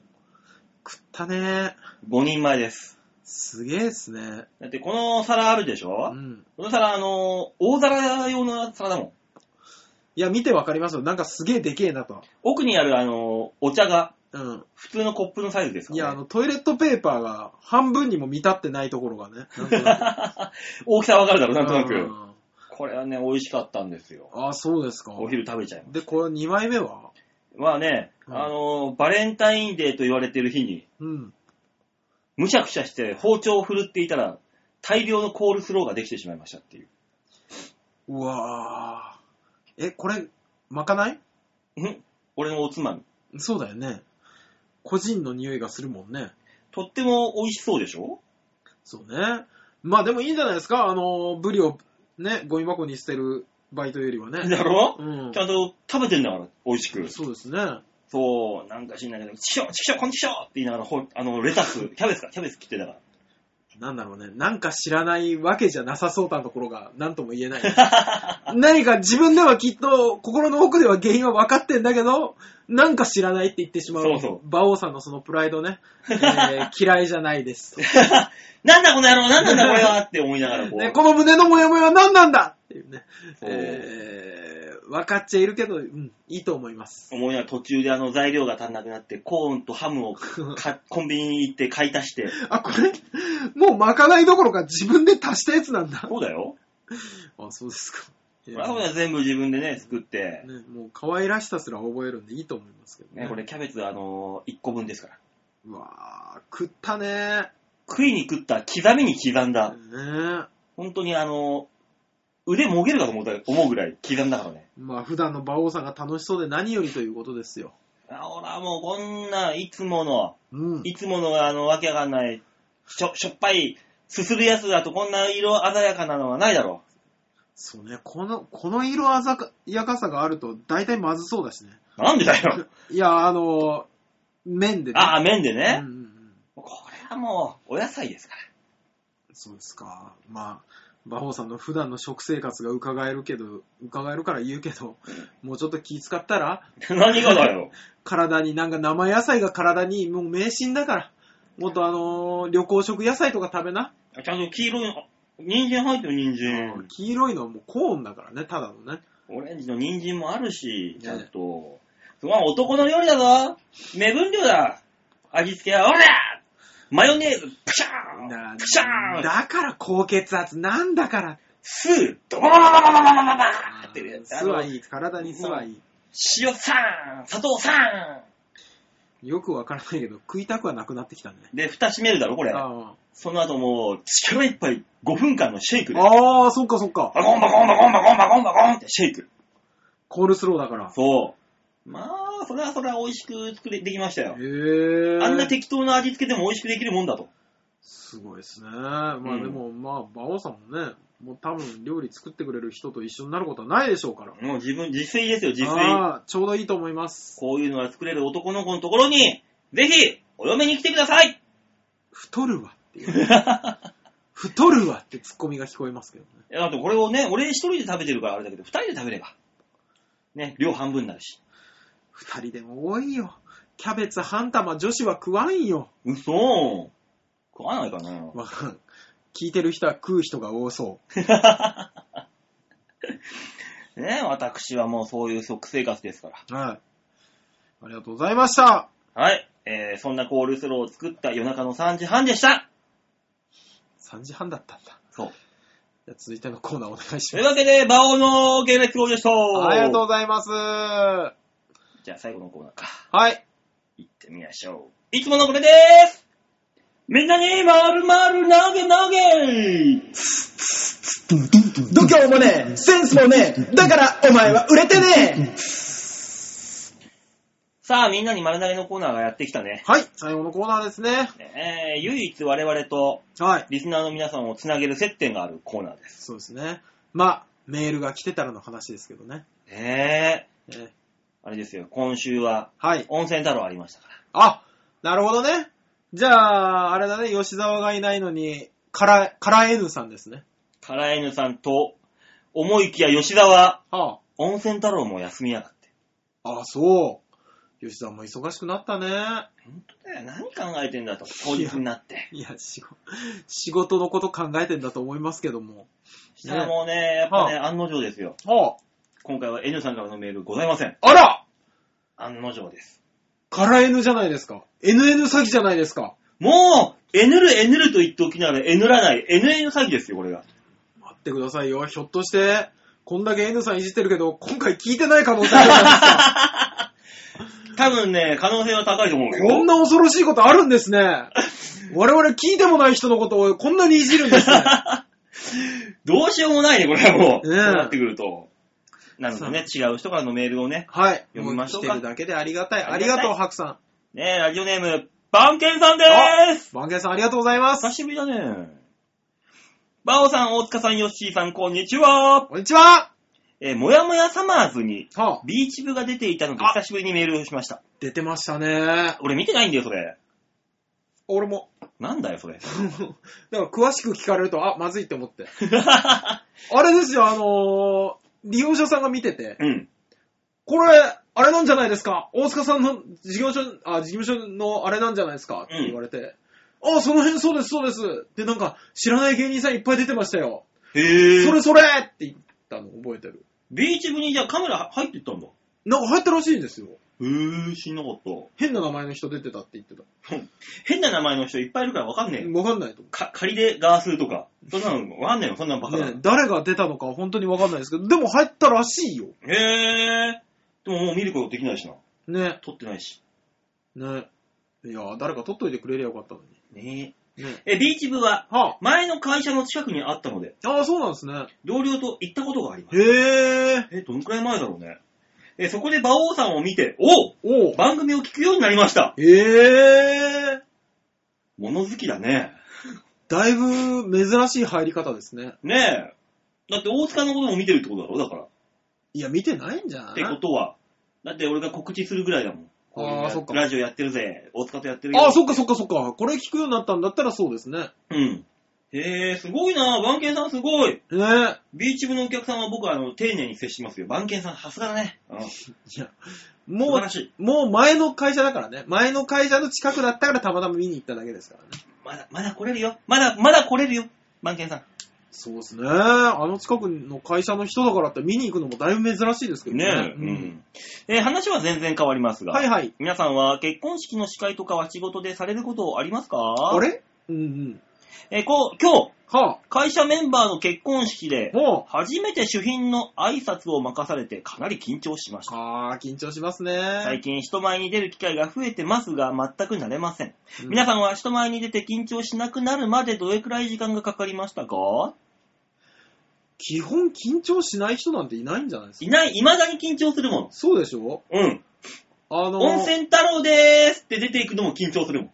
Speaker 3: 食ったね。
Speaker 2: 5人前です。
Speaker 3: すげえっすね。
Speaker 2: だってこの皿あるでし
Speaker 3: う
Speaker 2: ょ、
Speaker 3: ん。
Speaker 2: この皿、あの、大皿用の皿だもん。
Speaker 3: いや、見てわかりますよ。なんかすげえでけえなと。
Speaker 2: 奥にある、あの、お茶が
Speaker 3: うん。
Speaker 2: 普通のコップのサイズですか
Speaker 3: い
Speaker 2: ら、ね。
Speaker 3: や、あの、トイレットペーパーが半分にも満たってないところがね。なんとな
Speaker 2: *laughs* 大きさわかるだろ、*laughs*
Speaker 3: く
Speaker 2: なんとな
Speaker 3: う
Speaker 2: く。
Speaker 3: ん
Speaker 2: これはね、美味しかったんですよ。
Speaker 3: あ、そうですか。
Speaker 2: お昼食べちゃいま
Speaker 3: で、これ2枚目は
Speaker 2: す。まあね、
Speaker 3: うん
Speaker 2: あの、バレンタインデーと言われてる日に、
Speaker 3: うん。
Speaker 2: むしゃくしゃして包丁を振るっていたら、大量のコールスローができてしまいましたっていう。
Speaker 3: うわぁ。え、これ、まかない
Speaker 2: ん俺のおつまみ。
Speaker 3: そうだよね。個人の匂いがするもんね。
Speaker 2: とっても美味しそうでしょ
Speaker 3: そうね。まあでもいいんじゃないですかあの、ブリをね、ゴミ箱に捨てるバイトよりはね。
Speaker 2: だろ、
Speaker 3: うん
Speaker 2: ち。ゃんと食べてんだから、美味しく。
Speaker 3: そうですね。
Speaker 2: そう、なんか知んないけど、ちくしょう、ちくしょう、こんちくしょうって言いながら、ほあの、レタス、 *laughs* キャベツか、キャベツ切ってたから。
Speaker 3: なんだろうね。なんか知らないわけじゃなさそうなところが何とも
Speaker 2: *laughs*
Speaker 3: 言えない。何か自分ではきっと心の奥では原因は分かってんだけど、なんか知らないって言ってしまう。
Speaker 2: そうそう
Speaker 3: 馬王さんのそのプライ
Speaker 2: *laughs*
Speaker 3: ドね。えー嫌いじゃないですと。
Speaker 2: なんだこの野郎、なんなんだこれはって思いながら、こう。
Speaker 3: ね、この胸のモヤモヤは何なんだっていうね。
Speaker 2: そう
Speaker 3: えー分かっちゃいるけど、うん、いいと思います。
Speaker 2: 思いながら途中であの材料が足んなくなって、コーンとハムを
Speaker 3: *laughs*
Speaker 2: かコンビニに行って買い足して。
Speaker 3: あ、これ、もうまかないどころか自分で足したやつなんだ。
Speaker 2: そうだよ。
Speaker 3: あ、そうですか。い
Speaker 2: こ
Speaker 3: や
Speaker 2: れは全部自分でね、作って。
Speaker 3: ね、もう可愛らしさすら覚えるんでいいと思いますけど
Speaker 2: ね、これキャベツあのー、1個分ですから。
Speaker 3: うわー、食ったね
Speaker 2: 食いに食った、刻みに刻ん
Speaker 3: ー。
Speaker 2: だ。
Speaker 3: ね
Speaker 2: 本当にあのー、腕もげるかと思った思うぐらい刻んだからね。
Speaker 3: まあ、普段の馬王さんが楽しそうで何よりということですよ。
Speaker 2: あほら、もうこんな、いつもの、
Speaker 3: うん。
Speaker 2: いつものあの、わけわかんない、しょ、しょっぱい、すするやつだとこんな色鮮やかなのはないだろ
Speaker 3: そうね、この、この色鮮やかさがあると大体まずそうだしね。
Speaker 2: う。なんでだよ。
Speaker 3: いや、あのー、麺でね。
Speaker 2: ああ、麺で
Speaker 3: う
Speaker 2: ね
Speaker 3: ん。うんうん。
Speaker 2: これはもう、お野菜ですから。
Speaker 3: そうですか。まあ、馬王さんの普段の食生活が伺えるけど、伺えるから言うけど、もうちょっと気使ったら、
Speaker 2: 何がだよ。
Speaker 3: 体に、なんか生野菜が体にもう迷信だから、もっとあのー旅行食野菜とか食べな。
Speaker 2: ちゃんと黄色いの、あ人参入ってる人参。
Speaker 3: 黄色いのはもうコーンだからね、ただのね。
Speaker 2: オレンジの人参もあるし、
Speaker 3: ね
Speaker 2: ちゃんと。すごい男の料理だぞ目分量だ味付けは、おらマヨネーズ、プシャーン
Speaker 3: な
Speaker 2: プシャーン
Speaker 3: だから高血圧なんだから。
Speaker 2: スー、ドバババババババババーってやつ。
Speaker 3: 酢はいい。体に酢はいい。
Speaker 2: 塩さん砂糖さん
Speaker 3: よくわからないけど、食いたくはなくなってきたね。
Speaker 2: で、蓋閉めるだろ、これ。
Speaker 3: あ
Speaker 2: その後もう、力いっぱい5分間のシェイク
Speaker 3: ー
Speaker 2: で。
Speaker 3: あー、そっかそっか。
Speaker 2: バコンバコンバコンバコンバコンバコンってシェイク。
Speaker 3: コールスローだから。
Speaker 2: そう。まあ、それはそれは美味しく作れ、できましたよ
Speaker 3: へ。ー。
Speaker 2: あんな適当な味付けでも美味しくできるもんだと。
Speaker 3: すごいですね。まあで
Speaker 2: うん
Speaker 3: も、まあ、馬王さんもね、もう多分料理作ってくれる人と一緒になることはないでしょうから。
Speaker 2: もう自分、自炊ですよ、自炊。
Speaker 3: あーちょうどいいと思います。
Speaker 2: こういうのは作れる男の子のところに、ぜひ、お嫁に来てください
Speaker 3: 太るわっていう。
Speaker 2: い
Speaker 3: 太るわってツッコミが聞こえますけどね。
Speaker 2: や、だってこれをね、俺一人で食べてるからあれだけど、二人で食べれば。ね、量半分になるし。
Speaker 3: 二人でも多いよ。キャベツ半玉女子は食わんよ。
Speaker 2: 嘘食わないかな
Speaker 3: わかん。聞いてる人は食う人が多そ
Speaker 2: ね私はもうそういう食生活ですから。
Speaker 3: う。はい。ありがとうございました。
Speaker 2: はい。えー、そんなコールスローを作った夜中の3時半でした。
Speaker 3: 3時半だったんだ。
Speaker 2: そう。
Speaker 3: じゃあ続いてのコーナーお願いし
Speaker 2: とい
Speaker 3: ま
Speaker 2: う
Speaker 3: す。
Speaker 2: わけで、馬王の芸列号でした。
Speaker 3: ありがとう
Speaker 2: う。
Speaker 3: ございます。は
Speaker 2: じゃあ最後のコーナーか。
Speaker 3: い。
Speaker 2: 行ってみましょう。いつものこれでーすみんなにまるまる投げ投げ
Speaker 4: 度胸もねえ、センスもねえ、だからお前は売れてねえ。
Speaker 2: さあ、みんなに丸投げのコーナーがやってきたね。
Speaker 3: はい。最後のコーナーですね。
Speaker 2: えー、唯一我々と
Speaker 3: はい。
Speaker 2: リスナーの皆さんをつなげる接点があるコーナーです。
Speaker 3: そうですね。まあ、メールが来てたらの話ですけどね。
Speaker 2: ねえ
Speaker 3: えー
Speaker 2: あれですよ、今週は
Speaker 3: はい。
Speaker 2: 温泉太郎ありましたから。
Speaker 3: あ、なるほどね。じゃあ、あれだね、吉沢がいないのに、から、からえぬさんですね。
Speaker 2: カラエヌさんと、思いきや吉田は、
Speaker 3: あ
Speaker 2: 温泉太郎も休みやがって。
Speaker 3: あ、あそう。吉沢も忙しくなったね。
Speaker 2: 本当だよ、何考えてんだと、当日になって。
Speaker 3: いや、仕事、仕事のこと考えてんだと思いますけども。
Speaker 2: したらもうね、やっぱね、案の定ですよ。
Speaker 3: あ
Speaker 2: 今回は N さんからのメールございません。
Speaker 3: あ、あら
Speaker 2: 案の定です。
Speaker 3: からえぬじゃないですか。NN 詐欺じゃないですか。
Speaker 2: もう、N る N ると言っておきながら N らない、NN 詐欺ですよ、これが。
Speaker 3: 待ってくださいよ。ひょっとして、こんだけ N さんいじってるけど、今回聞いてない可能性あるじゃないですか。
Speaker 2: 多分ね、可能性は高いと思う *laughs* よ。
Speaker 3: こんな恐ろしいことあるんですね。我々聞いてもない人のことをこんなにいじるんですね。
Speaker 2: どうしようもないね、これはもう。
Speaker 3: ねえ
Speaker 2: そうなってくると。なのでね、違う人からのメールをね、
Speaker 3: はい。
Speaker 2: 読みましょうか
Speaker 3: も来てるだけでありがたい。
Speaker 2: あ
Speaker 3: あ
Speaker 2: り
Speaker 3: り
Speaker 2: が
Speaker 3: が
Speaker 2: たい
Speaker 3: とう、白さん。
Speaker 2: ねラジオネーム、バンケンさんでーす
Speaker 3: 番犬さん、ありがとうございます
Speaker 2: 久。しぶりだね。バオさん、大塚さん、ヨッシーさん、こんにちは。
Speaker 3: こんにちは。
Speaker 2: えーもやもやサマーズに、
Speaker 3: はあ、
Speaker 2: ビーチ部が出ていたので、
Speaker 3: あ
Speaker 2: 久しぶりにメールをしました。
Speaker 3: 出てましたね。
Speaker 2: 俺見てないんだよ、それ。
Speaker 3: 俺 *laughs* も。
Speaker 2: なんだよ、それ。
Speaker 3: だから、詳しく聞かれると、あ、まずいって思って。あれですよ、あのー利用者さんが見てて、
Speaker 2: うん。
Speaker 3: これ、あれなんじゃないですか大塚さんの事業所、あ、事業所のあれなんじゃないですかって言われて、あ、その辺そうです、そうです。で、なんか、知らない芸人さんいっぱい出てましたよ。
Speaker 2: へ
Speaker 3: それそれって言ったの覚えてる。
Speaker 2: ビーチ部にじゃあカメラ入っていったんだ。
Speaker 3: なんか入ったらしいんですよ。
Speaker 2: へー、知んなかった。
Speaker 3: 変な名前の人出てたって言ってた。
Speaker 2: 変な名前の人いっぱいいるからわかんねえよ。
Speaker 3: わかんないと
Speaker 2: か、仮でガースーとか。そんなのわかんねえよ、そんなのバ
Speaker 3: 思
Speaker 2: カ
Speaker 3: う、
Speaker 2: だ
Speaker 3: ね。誰が出たのか本当にわかんないですけど、でも入ったらしいよ。
Speaker 2: へー。でももう見ることできないしな。
Speaker 3: ね。
Speaker 2: 撮ってないし。
Speaker 3: ね。いやー、誰か取っといてくれりゃよかったの
Speaker 2: ね
Speaker 3: に。ね。
Speaker 2: え。え、ビーチ部は、
Speaker 3: は
Speaker 2: 前の会社の近くにあったので、
Speaker 3: あ。ああ、そうなんですね。
Speaker 2: 同僚と行ったことがあります。
Speaker 3: へえ。
Speaker 2: え、どんくらい前だろうね。え、そこで馬王さんを見て、おう
Speaker 3: おう。
Speaker 2: 番組を聞くようになりました。
Speaker 3: へえ。
Speaker 2: 物好きだね。
Speaker 3: だいぶ珍しい入り方ですね。
Speaker 2: ねえ。だって大塚のことも見てるってことだろだから。
Speaker 3: いや、見てないんじゃな
Speaker 2: ってこ
Speaker 3: い
Speaker 2: とは。だって俺が告知するぐらいだもん。こういう
Speaker 3: あーそっか
Speaker 2: ラジオやってるぜ。大塚とやってるよ。
Speaker 3: ああ、そっかそっかそっか。これ聞くようになったんだったらそうですね。
Speaker 2: うん。へえ、すごいな番犬さんすごい。
Speaker 3: ね
Speaker 2: ビーチ部のお客さんは僕はあの、丁寧に接しますよ。番犬さん、さすがだね。うん。素
Speaker 3: いや、
Speaker 2: 晴
Speaker 3: も
Speaker 2: らしい。
Speaker 3: う、もう前の会社だからね。前の会社の近くだったからたまたま見に行っただけですからね。
Speaker 2: まだ、まだ来れるよ。まだ、まだ来れるよ。番犬さ
Speaker 3: そうですね。あの近くの会社の人だからって見に行くのもだいぶ珍しいですけ
Speaker 2: ん。
Speaker 3: ど
Speaker 2: ねえ。
Speaker 3: ね。
Speaker 2: う
Speaker 3: うん
Speaker 2: ん。えー話は全然変わりますが。
Speaker 3: はいはい。
Speaker 2: 皆さんは結婚式の司会とかは仕事でされることありますか
Speaker 3: あれうんうん。
Speaker 2: えーこう、今日、
Speaker 3: は
Speaker 2: 会社メンバーの結婚式で
Speaker 3: あ、、も
Speaker 2: 初めて主賓の挨拶を任されてかなり緊張しまし
Speaker 3: う、
Speaker 2: た。
Speaker 3: ああ、緊張しますね。
Speaker 2: 最近人前に出る機会が増えてますが、全く慣れません。
Speaker 3: うん
Speaker 2: 皆さんは人前に出て緊張しなくなるまでどれくらい時間がかかりましたか
Speaker 3: 基本緊張しない人なんていないんじゃないですか
Speaker 2: いない、未だに緊張するもん。
Speaker 3: そうでしょ
Speaker 2: うん。
Speaker 3: あの、
Speaker 2: 温泉太郎でーすって出ていくのも緊張するもん。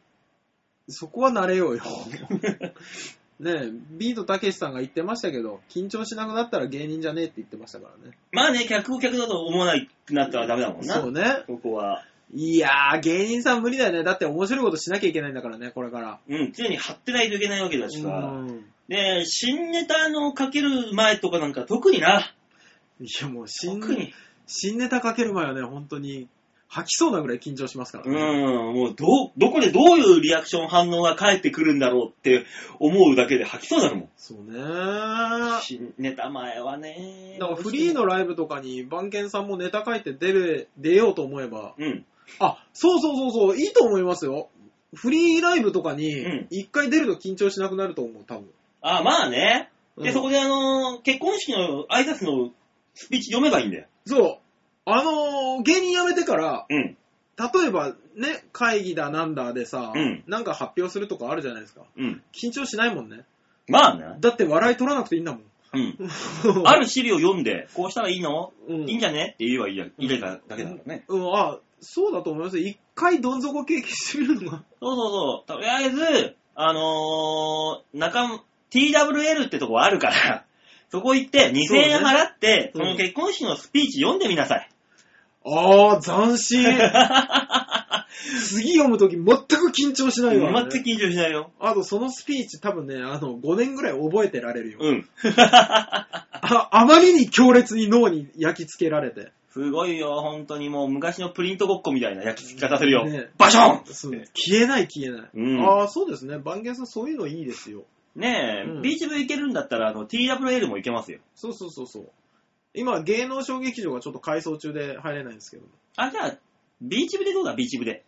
Speaker 3: そこは慣れ
Speaker 2: *laughs*
Speaker 3: ようよ。ねえ、ビートたけしさんが言ってましたけど、緊張しなくなったら芸人じゃねえって言ってましたからね。
Speaker 2: まあね、客を客だと思わないくなったらダメだもんな。
Speaker 3: そうね。
Speaker 2: ここは。
Speaker 3: いやー、芸人さん無理だよね。だって面白いことしなきゃいけないんだからね、これから。
Speaker 2: うん、常に張ってないといけないわけだしさ。
Speaker 3: うん
Speaker 2: で、新ネタのかける前とかなんか特にな。
Speaker 3: いや、もう新
Speaker 2: 特、に。
Speaker 3: 新ネタかける前はね、本当に吐きそうなぐらい緊張しますから
Speaker 2: うん
Speaker 3: ね。、
Speaker 2: もうど、どこでどういうリアクション反応が返ってくるんだろうって思うだけで吐きそうだもん。
Speaker 3: そうねー。
Speaker 2: 新ネタ前はね。
Speaker 3: だからフリーのライブとかに番犬さんもネタ書いて出る、出ようと思えば、
Speaker 2: うん。
Speaker 3: あ、そうそうそうそう、いいと思いますよ。フリーライブとか
Speaker 2: うん
Speaker 3: に、一回出ると緊張しなくなると思う、多分。
Speaker 2: あ、まあね。で、
Speaker 3: うん
Speaker 2: そこであのー結婚式の挨拶のスピーチ読めばいいんだよ。
Speaker 3: そう。あのー芸人辞めてから、
Speaker 2: うん。
Speaker 3: 例えばね、会議だなんだでさ、
Speaker 2: うん
Speaker 3: なんか発表するとかあるじゃないですか。
Speaker 2: うん。
Speaker 3: 緊張しないもんね。
Speaker 2: まあね。
Speaker 3: だって笑い取らなくていいんだもん。 *laughs*
Speaker 2: うん。ある資料読んで、こうしたらいいの、
Speaker 3: うん
Speaker 2: いいんじゃねって言えばいいだいいだけだだけだからね。
Speaker 3: うん、あ、そうだと思います。一回どん底経験してみるのが。
Speaker 2: そうそうそう。とりあえず、あのー、中、TWL ってとこあるから、 *laughs* そこ行って2000円
Speaker 3: そうね
Speaker 2: 払って、そ,、
Speaker 3: うん
Speaker 2: の結婚式のスピーチ読んでみなさい。
Speaker 3: ああ、斬新。 *laughs* 次読むとき全く緊張しないわ、ね。
Speaker 2: 全く緊張しないよ。
Speaker 3: あとそのスピーチ多分ね、あの、5年ぐらい覚えてられるよ。
Speaker 2: うん。
Speaker 3: ああまりに強烈に脳に焼き付けられて。
Speaker 2: すごいよ、本当にもう昔のプリントごっこみたいな焼き付き方するよ。
Speaker 3: ね
Speaker 2: バション
Speaker 3: そう消えない消えない。
Speaker 2: うん
Speaker 3: ああ、そうですね。番犬さんそういうのいいですよ。
Speaker 2: ねえ、
Speaker 3: うん
Speaker 2: ビーチ部行けるんだったら、あの、TWL も行けますよ。
Speaker 3: そうそうそうそう。今、芸能小劇場がちょっと改装中で入れないんですけど。
Speaker 2: あ、じゃあ、ビーチ部でどうだ、ビーチ部で。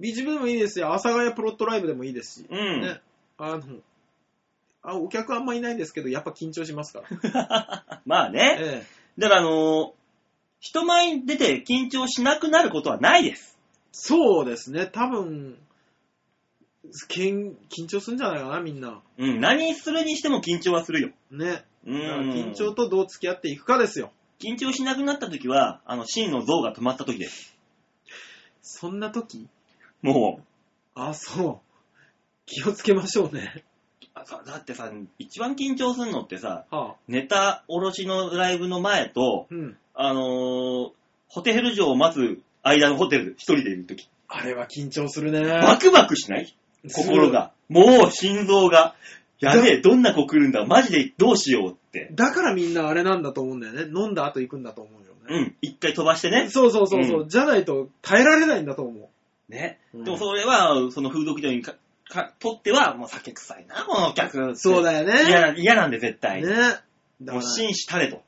Speaker 3: ビジブでもいいですし、阿佐ヶ谷プロットライブでもいいですし。
Speaker 2: うん
Speaker 3: ね。あの、あお客あんまいないんですけど、やっぱ緊張しますから。
Speaker 2: まあね。
Speaker 3: ええ、
Speaker 2: だからあのー人前に出て緊張しなくなることはないです。
Speaker 3: そうですね。多分、けん緊張するんじゃないかな、みんな。
Speaker 2: うん、何するにしても緊張はするよ。
Speaker 3: ね。
Speaker 2: う
Speaker 3: だから
Speaker 2: ん。
Speaker 3: 緊張。とどう付き合っていくかですよ。
Speaker 2: 緊張しなくなった時は、あの、真の像が止まった時です。
Speaker 3: そんな時
Speaker 2: も
Speaker 3: あ、そう。気をつけましょうね。
Speaker 2: う、あさだってさ、一番緊張するのってさ、
Speaker 3: はあ。
Speaker 2: ネタおろしのライブの前と、
Speaker 3: うん。
Speaker 2: あのーホテル城を待つ間のホテル、一人でいる時。
Speaker 3: あれは緊張するね。
Speaker 2: バクバクしない心が。もう心臓が。やべえ、どんな子来るんだマジでどうしようって
Speaker 3: する。。だからみんなあれなんだと思うんだよね。飲んだ後行くんだと思うよ
Speaker 2: う
Speaker 3: ね。
Speaker 2: ん、一回飛ばしてね。
Speaker 3: そうそうそうそう、
Speaker 2: う
Speaker 3: じゃないと耐えられないんだと思う。
Speaker 2: ね。
Speaker 3: うん
Speaker 2: でもそれは、その風俗嬢にかかとっては、もう酒臭いな、このお客。
Speaker 3: そうだよ
Speaker 2: 嫌
Speaker 3: ね。
Speaker 2: な嫌なんで、絶対。
Speaker 3: ね。だ
Speaker 2: も
Speaker 3: か
Speaker 2: う
Speaker 3: ら、
Speaker 2: 紳士たれと。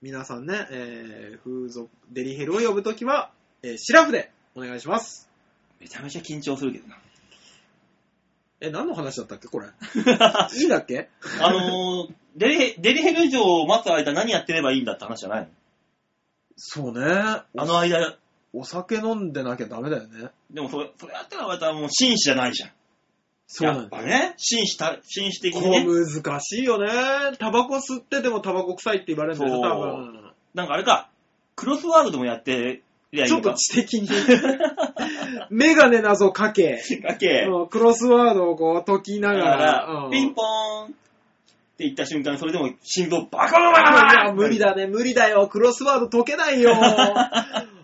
Speaker 3: 皆さんね、えー、風俗、デリヘルを呼ぶときは、えー、シラフでお願いします。
Speaker 2: めちゃめちゃ緊張するけど
Speaker 3: *laughs*
Speaker 2: な。
Speaker 3: え、何の話だったっけ *laughs* これ。いいだっけ
Speaker 2: あのーデリ、デリヘル嬢を待つ間何やってればいいんだって話じゃないの
Speaker 3: そうね。
Speaker 2: あの間、
Speaker 3: お酒飲んでなきゃダメだよね。
Speaker 2: でもそれ、それやったらまたもう紳士じゃないじゃん。
Speaker 3: そう
Speaker 2: や
Speaker 3: な
Speaker 2: っ
Speaker 3: ん
Speaker 2: ぱね、紳士た、紳士的
Speaker 3: こ
Speaker 2: にね。
Speaker 3: う難しいよね。タバコ吸っててもタバコ臭いって言われるんだよ、
Speaker 2: そう
Speaker 3: 多分。
Speaker 2: なんかあれか、クロスワードでもやってりゃいい
Speaker 3: ち
Speaker 2: の
Speaker 3: ょっと
Speaker 2: か。
Speaker 3: 知的に。 *laughs* メガネ謎か *laughs* け。
Speaker 2: だけ、
Speaker 3: うんクロスワードをこう解きな
Speaker 2: だ
Speaker 3: が。
Speaker 2: から
Speaker 3: う
Speaker 2: ら、
Speaker 3: ん
Speaker 2: ピンポーンって言った瞬間、それでも心臓バコーン
Speaker 3: いや、無理だね、無理だよ。クロスワード解けない *laughs* よ。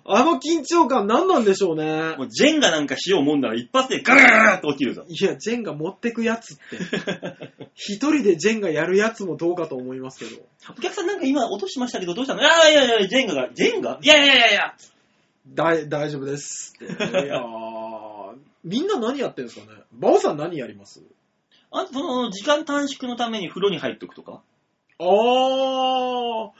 Speaker 3: あの緊張感何なんでしょうね
Speaker 2: も。うジェンガなんかしようもんなら一発でガーッと落ちるぞ。
Speaker 3: いや、ジェンガ持ってくやつって。一人でジェンガやるやつもどうかと思いますけど。
Speaker 2: お客さんなんか今落としましたけどどうしたのいやいやいや、ジェンガが、ジェンガいやいやいやいや。
Speaker 3: だい大丈夫ですって。いやーみんな何やってるんですかねバオさん何やります
Speaker 2: あとその時間短縮のために風呂に入っとくとか
Speaker 3: あー、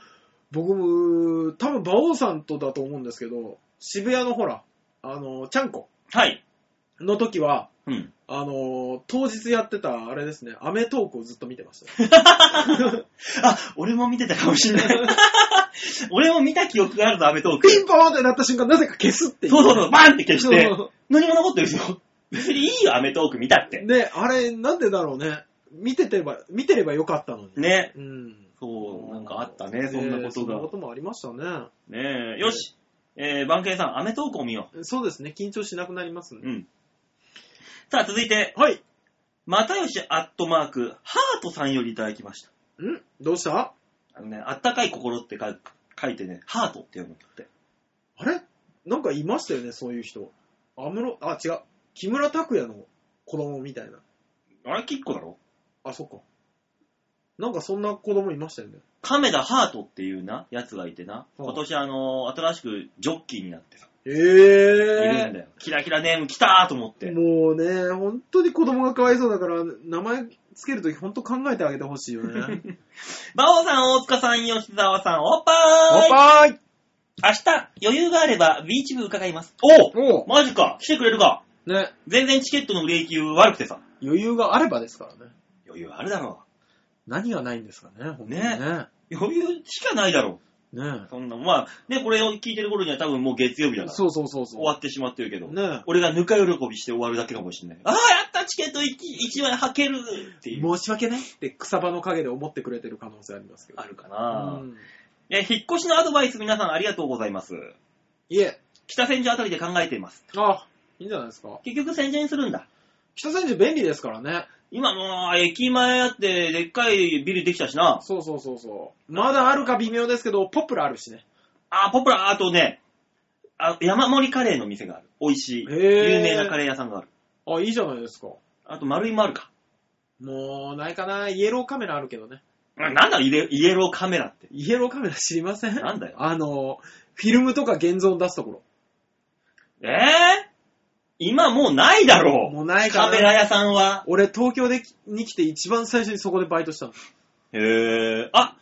Speaker 3: 僕も、多分馬王さんとだと思うんですけど、渋谷のほら、あの、ちゃんこ
Speaker 2: はい。
Speaker 3: の時は、
Speaker 2: うん。
Speaker 3: あのー当日やってた、あれですね、アメトークをずっと見てました。
Speaker 2: あ、俺も見てたかもしれない。 *laughs* 俺も見た記憶があるぞ、アメト *laughs* ーク。
Speaker 3: *laughs* ピンポーンってなった瞬間、なぜか消すっていう。
Speaker 2: そうそうそう、バンって消して
Speaker 3: そうそう、
Speaker 2: 何も残ってるでし *laughs* ょ。別にいいよ、アメトーク見たって。
Speaker 3: ね、あれ、なんでだろうね。見ててば、見てればよかったのに。
Speaker 2: ね。
Speaker 3: うん。
Speaker 2: そう、なんかあったね、そんなこと
Speaker 3: そんな
Speaker 2: が
Speaker 3: こ。ともありましたね。
Speaker 2: ねえ、よし。えー、バンケイさん、アメトークを見よ
Speaker 3: そうですね、緊張しなくなります
Speaker 2: う。う
Speaker 3: ね。
Speaker 2: ん。さあ、続いて、
Speaker 3: はい。
Speaker 2: 又吉アットマーク、ハートさんよりいただきました。
Speaker 3: んどうした
Speaker 2: あのね、あったかい心って書い書いてね、ハートって読むんだって。
Speaker 3: あれなんかいましたよね、そういう人。アムロ、あ、違う。木村拓哉の子供みたいな。
Speaker 2: あれ、キッコだろ
Speaker 3: あ、そっか。なんかそんな子供いましたよね。
Speaker 2: 亀田ハートっていうな、やつがいてな。
Speaker 3: うん
Speaker 2: 今年あのー新しくジョッキーになってさ、
Speaker 3: え
Speaker 2: いるん
Speaker 3: え
Speaker 2: だよ。キラキラネーム来たーと思って。
Speaker 3: もうね、本当に子供がかわいそうだから、名前つけるとき本当考えてあげてほしいよ *laughs* ね。
Speaker 2: バオさん、大塚さん、吉沢さん、おっぱ
Speaker 3: お
Speaker 2: ーい
Speaker 3: っぱーい
Speaker 2: 明日、余裕があれば、ビーチ部伺います。おう
Speaker 3: おう
Speaker 2: マジか来てくれるか
Speaker 3: ね、
Speaker 2: 全然チケットの売れ行き悪くてさ。
Speaker 3: 余裕があればですからね。
Speaker 2: 余裕あるだろ
Speaker 3: 何がないんですかね、本当にね。ね
Speaker 2: ね余裕しかないだろ
Speaker 3: ね
Speaker 2: そんな、まあ、ね、これを聞いてる頃には多分もう月曜日だから。
Speaker 3: そうそうそう
Speaker 2: 終
Speaker 3: そ
Speaker 2: わってしまってるけど。
Speaker 3: う。ね
Speaker 2: 俺がぬか喜びして終わるだけかもしれない。ああ、やったチケット 1, 枚はけるっていう。
Speaker 3: 申し訳ねって草葉の陰で思ってくれてる可能性ありますけど。
Speaker 2: あるか
Speaker 3: う
Speaker 2: な、
Speaker 3: ん。
Speaker 2: え、引っ越しのアドバイス皆さんありがとうございます。
Speaker 3: いえ、
Speaker 2: 北千住あたりで考えています。
Speaker 3: あ、いいんじゃないですか。
Speaker 2: 結局千住にするんだ。
Speaker 3: 北千住便利ですからね。
Speaker 2: 今もう駅前あってでっかいビルできたしな。
Speaker 3: そうそうそうそう。まだあるか微妙ですけど、ポプラあるしね。
Speaker 2: あ、ポプラ、あとね、あ山盛りカレーの店がある。美味しい。
Speaker 3: へー
Speaker 2: 有名なカレー屋さんがある。
Speaker 3: あ、いいじゃないですか。
Speaker 2: あと丸いもあるか。
Speaker 3: もう、ないかな。イエローカメラあるけどね。
Speaker 2: あなんだイエイエローカメラって。
Speaker 3: イエローカメラ知りません
Speaker 2: なんだよ
Speaker 3: あの、フィルムとか現像出すとこ
Speaker 2: えー、今もうないだ
Speaker 3: ろ。
Speaker 2: ろう。
Speaker 3: もうないか
Speaker 2: カ
Speaker 3: な。
Speaker 2: メラ屋さんは。
Speaker 3: 俺、東京できに来て一番最初にそこでバイトしたの。
Speaker 2: へー。あ、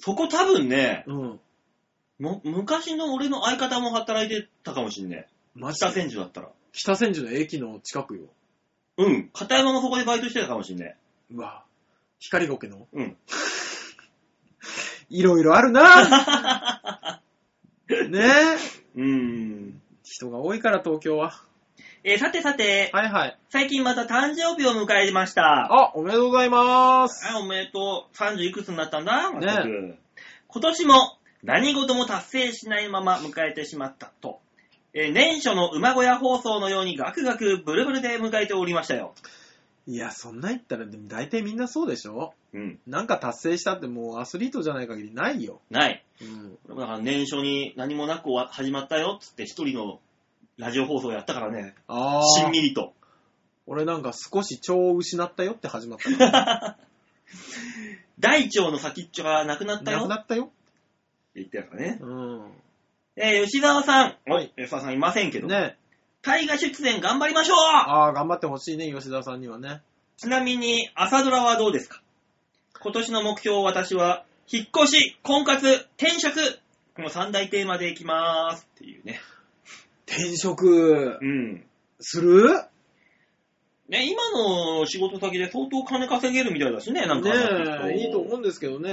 Speaker 2: そこ多分ね、
Speaker 3: うん。
Speaker 2: も昔の俺の相方も働いてたかもしんね
Speaker 3: マ
Speaker 2: え。
Speaker 3: ジ
Speaker 2: 北
Speaker 3: で。
Speaker 2: 千住だったら。
Speaker 3: 北千住の駅の近くよ。
Speaker 2: うん。片山もそこでバイトしてたかもしんね
Speaker 3: うわ。光ゴケの
Speaker 2: え。うん。
Speaker 3: いろいろあるな
Speaker 2: *laughs*
Speaker 3: ねえ。
Speaker 2: うーん。
Speaker 3: 人が多いから、東京は。
Speaker 2: えーさてさて、
Speaker 3: はいはい。
Speaker 2: 最近また誕生日を迎えました。
Speaker 3: あ、おめでとうございます。
Speaker 2: はい、おめでとう。30いくつになったんだ、ま
Speaker 3: ね
Speaker 2: ったく。今年も何事も達成しないまま迎えてしまったと。えー年初の馬小屋放送のようにガクガクブルブルで迎えておりましたよ。
Speaker 3: いや、そんな言ったら、でも大体みんなそうでしょ
Speaker 2: うん。
Speaker 3: なんか達成したってもうアスリートじゃない限りないよ。
Speaker 2: ない。
Speaker 3: うん。
Speaker 2: だから年初に何もなく終わ始まったよっつって一人のラジオ放送やったからね。
Speaker 3: あ
Speaker 2: しん
Speaker 3: あ。
Speaker 2: みりと。
Speaker 3: 俺なんか少し調を失ったよって始まったから。
Speaker 2: 大腸の先っちょがなくなった
Speaker 3: な
Speaker 2: よ
Speaker 3: く
Speaker 2: って
Speaker 3: なったよ。
Speaker 2: 言ってたからね。
Speaker 3: うん。
Speaker 2: えー吉沢さん。
Speaker 3: はい
Speaker 2: 吉沢さんいませんけど。
Speaker 3: ね
Speaker 2: 大河出演頑張りましょう
Speaker 3: ああ、頑張ってほしいね、吉田さんにはね。
Speaker 2: ちなみに、朝ドラはどうですか今年の目標、私は、引っ越し、婚活、転職、この三大テーマでいきまーす。っていうね。
Speaker 3: 転職
Speaker 2: うん。
Speaker 3: する
Speaker 2: ね、今の仕事先で相当金稼げるみたいだしね、なんか。
Speaker 3: ねえ、いいと思うんですけどね。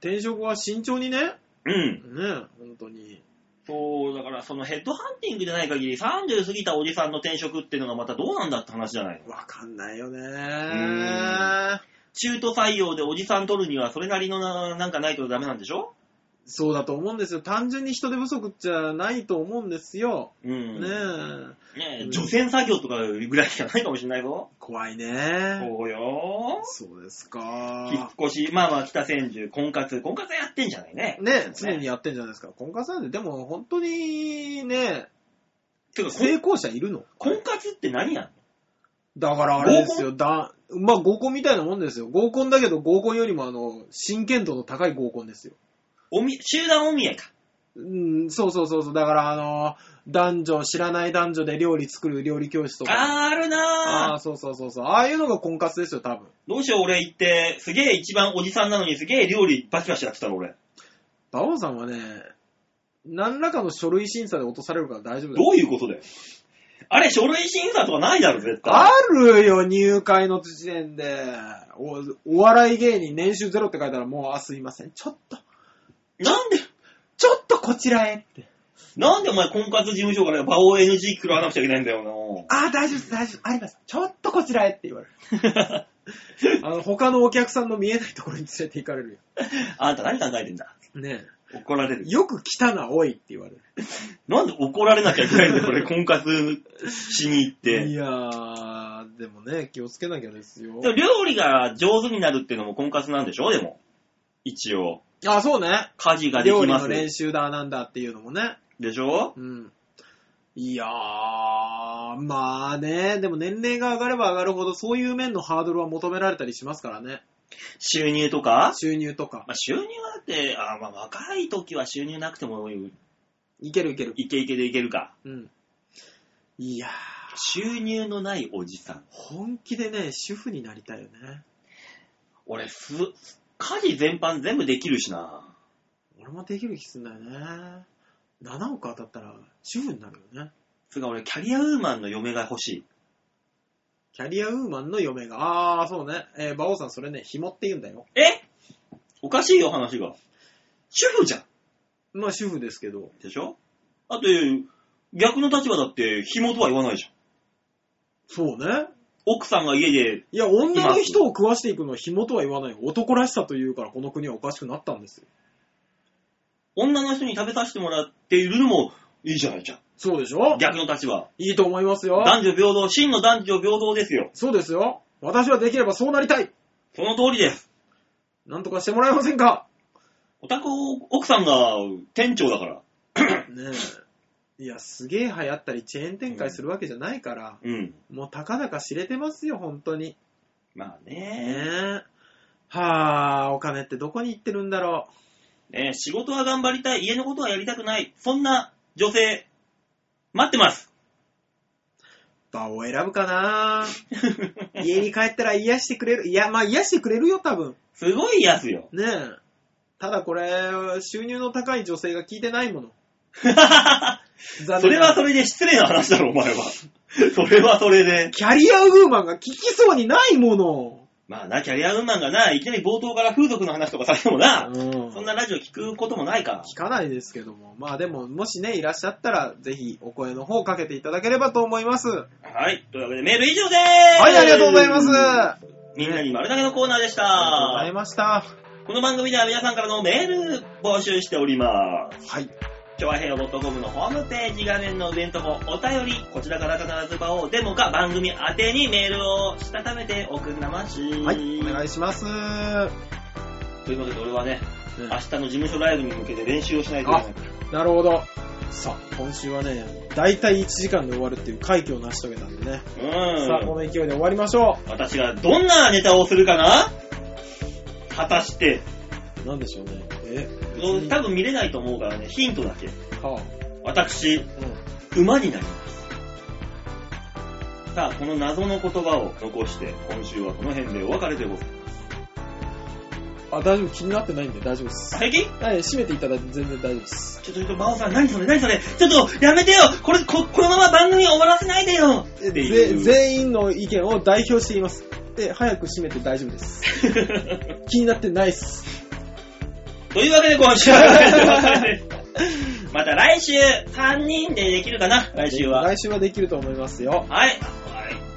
Speaker 3: 転職は慎重にね。
Speaker 2: うん。
Speaker 3: ねえ、本当に。
Speaker 2: そう、だからそのヘッドハンティングじゃない限り、30過ぎたおじさんの転職っていうのがまたどうなんだって話じゃないの。
Speaker 3: わかんないよね。
Speaker 2: ん中途採用でおじさん取るには、それなりのななんかないとダメなんでしょ
Speaker 3: そうだと思うんですよ。単純に人手不足じゃないと思うんですよ。
Speaker 2: うん。
Speaker 3: ねえ。
Speaker 2: ねえ除染作業とかぐらいしかないかもしれないぞ。
Speaker 3: 怖いね。
Speaker 2: そうよ
Speaker 3: そうですか。
Speaker 2: 引っ越し、まあまあ北千住、婚活、婚活やってんじゃないね。
Speaker 3: ねえ、常にやってんじゃないですか。婚活なんで、でも本当にね、
Speaker 2: てか、こん
Speaker 3: 成功者いるの
Speaker 2: 婚活って何や
Speaker 3: だからあれですよ、だ、まあ合コンみたいなもんですよ。合コンだけど合コンよりもあの、真剣度の高い合コンですよ。
Speaker 2: のおみ集団お見合いか。
Speaker 3: うん、そうそうそうそう。だからあの、男女、知らない男女で料理作る料理教室とか。
Speaker 2: あーある
Speaker 3: あ
Speaker 2: な
Speaker 3: あ、
Speaker 2: ー
Speaker 3: そうそうそうそう。ああいうのが婚活ですよ、多分。
Speaker 2: どうしよう俺行って、すげえ一番おじさんなのにすげえ料理バシバシやってたの俺。
Speaker 3: 馬王さんはね、何らかの書類審査で落とされるから大丈夫だよ
Speaker 2: どういうことだよ。あれ、書類審査とかないだろ、絶対。
Speaker 3: あるよ、入会の時点で。おお笑い芸人年収ゼロって書いたらもう、あ、すいません。ちょっと、
Speaker 2: なんで、
Speaker 3: ちょっとこちらへって。
Speaker 2: なんでお前婚活事務所から場を NG 食らわなくちゃいけないんだよ
Speaker 3: あ、大丈夫です、大丈夫、あります。ちょっとこちらへって言われる。
Speaker 2: な *laughs*
Speaker 3: あの、他のお客さんの見えないところに連れて行かれる
Speaker 2: *laughs* あんた何考えてんだ
Speaker 3: よ。ね
Speaker 2: 怒られる
Speaker 3: え。。よく来たな、おいって言われる。
Speaker 2: なんで怒られなきゃいけないんだよ、これ、婚活しに行って。
Speaker 3: いやー、でもね、気をつけなきゃですよ
Speaker 2: で。も料理が上手になるっていうのも婚活なんでしょでも。一応。
Speaker 3: あ、そうね。
Speaker 2: 家事がで
Speaker 3: 料
Speaker 2: き
Speaker 3: 理
Speaker 2: ま
Speaker 3: の
Speaker 2: す。
Speaker 3: 練習だなんだっていうのもね。
Speaker 2: でしょ
Speaker 3: うん。いやー、まあね、でも年齢が上がれば上がるほど、そういう面のハードルは求められたりしますからね。
Speaker 2: 収入とか
Speaker 3: 収入とか。
Speaker 2: まあ、収入はだって、あまあ若い時は収入なくても
Speaker 3: いけるいける。
Speaker 2: イケイケでいけるか。
Speaker 3: うん。いやー、
Speaker 2: 収入のないおじさん。
Speaker 3: 本気でね、主婦になりたいよね。
Speaker 2: 俺、す、家事全般全部できるしな。
Speaker 3: 俺もできる気すんだよね。7億当たったら、主婦になるよね。
Speaker 2: つうか俺、キャリアウーマンの嫁が欲しい。
Speaker 3: キャリアウーマンの嫁が、あー、そうね。えー、馬王さん、それね、紐って言うんだよ。
Speaker 2: えおかしいよ、話が。主婦じゃん。
Speaker 3: まあ、主婦ですけど。
Speaker 2: でしょあと、逆の立場だって、紐とは言わないじゃん。
Speaker 3: そうね。
Speaker 2: 奥さんが家で
Speaker 3: いや、女の人を食わしていくのは紐とは言わない。男らしさというから、この国はおかしくなったんですよ。
Speaker 2: 女の人に食べさせてもらっているのもいいじゃないじゃん。
Speaker 3: そうでしょ
Speaker 2: 逆の立場。
Speaker 3: いいと思いますよ。
Speaker 2: 男女平等、真の男女平等ですよ。
Speaker 3: そうですよ。私はできればそうなりたい。
Speaker 2: その通りです。
Speaker 3: なんとかしてもらえませんか
Speaker 2: お宅奥さんが店長だから。
Speaker 3: ねえ。いや、すげえ流行ったり、チェーン展開するわけじゃないから、
Speaker 2: うん。
Speaker 3: もうたかだか知れてますよ、本当に。
Speaker 2: まあ
Speaker 3: ね
Speaker 2: ね。
Speaker 3: え。はあ、お金ってどこに行ってるんだろ
Speaker 2: ね仕事は頑張りたい。家のことはやりたくない。そんな女性、待ってます。
Speaker 3: う。場を選ぶか *laughs* な家に帰ったら癒してくれる。いや、まあ癒してくれるよ、多分。
Speaker 2: すごい安
Speaker 3: *laughs*
Speaker 2: よ。
Speaker 3: ねえ。ただこれ、収入の高い女性が聞いてないもの。
Speaker 2: それはそれで失礼な話だろ、お前は。それはそれで。
Speaker 3: キャリアウーマンが聞きそうにないもの。
Speaker 2: まあな、キャリアウーマンがな、いきなり冒頭から風俗の話とかされてもな、
Speaker 3: うん
Speaker 2: そんなラジオ聞くこともないから。
Speaker 3: 聞かないですけども。まあでも、もしね、いらっしゃったら、ぜひお声の方かけていただければと思います。は
Speaker 2: はい。というわけでメール以上でーす
Speaker 3: い、ありがとうございます。あ
Speaker 2: みんなに丸投げのコーナーでし
Speaker 3: りがとうござ
Speaker 2: た
Speaker 3: い。ました。
Speaker 2: この番組では皆さんからのメール募集しております。
Speaker 3: はい。
Speaker 2: ちょわへよ .com のホームページ画面の上のとこ、お便り、こちらから必ず場をデモか番組宛てにメールをしたためておくんなまし。
Speaker 3: はい、お願いします。
Speaker 2: というわけで俺はね、明日の事務所ライブに向けて練習をしないといけないから。
Speaker 3: なるほど。さあ、今週はね、だいたい1時間で終わるっていう快挙を成し遂げたんでね。さあ、こ
Speaker 2: うん。
Speaker 3: の勢いで終わりましょ
Speaker 2: 私がどんなネタをするかな果たして、
Speaker 3: う。なんでしょうね。え、別
Speaker 2: 多
Speaker 3: に
Speaker 2: 分見れないと思うからね、ヒントだけ。
Speaker 3: は
Speaker 2: 私、
Speaker 3: あ、うん。
Speaker 2: 馬になります。さあ、この謎の言葉を残して、今週はこの辺でお別れでございま。
Speaker 3: あ、大丈夫。気になってないんで大丈夫ですす。
Speaker 2: 最近
Speaker 3: はい、閉めていただいて全然大丈夫です。
Speaker 2: ちょっとちょっと、バオさん、何それ何それちょっと、やめてよこれ、こ、このまま番組終わらせないでよって
Speaker 3: ぜ
Speaker 2: いう。
Speaker 3: 全員の意見を代表して言います。で、早く締めて大丈夫です。気になってないっす。
Speaker 2: *laughs* というわけで、今週はこの辺
Speaker 3: *laughs*
Speaker 2: でお別れです。また来週、3人でできるかな来週は。
Speaker 3: 来週はできると思いますよ。
Speaker 2: はい。はい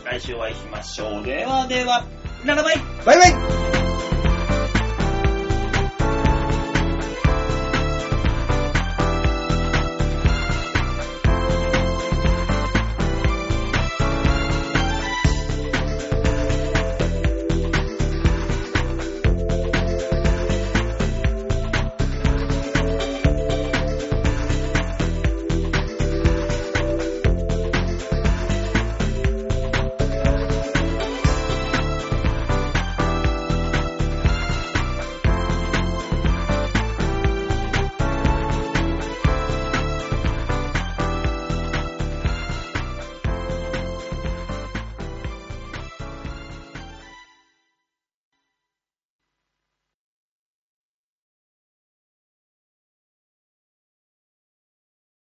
Speaker 2: 来週は行きましょう。ではでは、ならばい
Speaker 3: バイバイ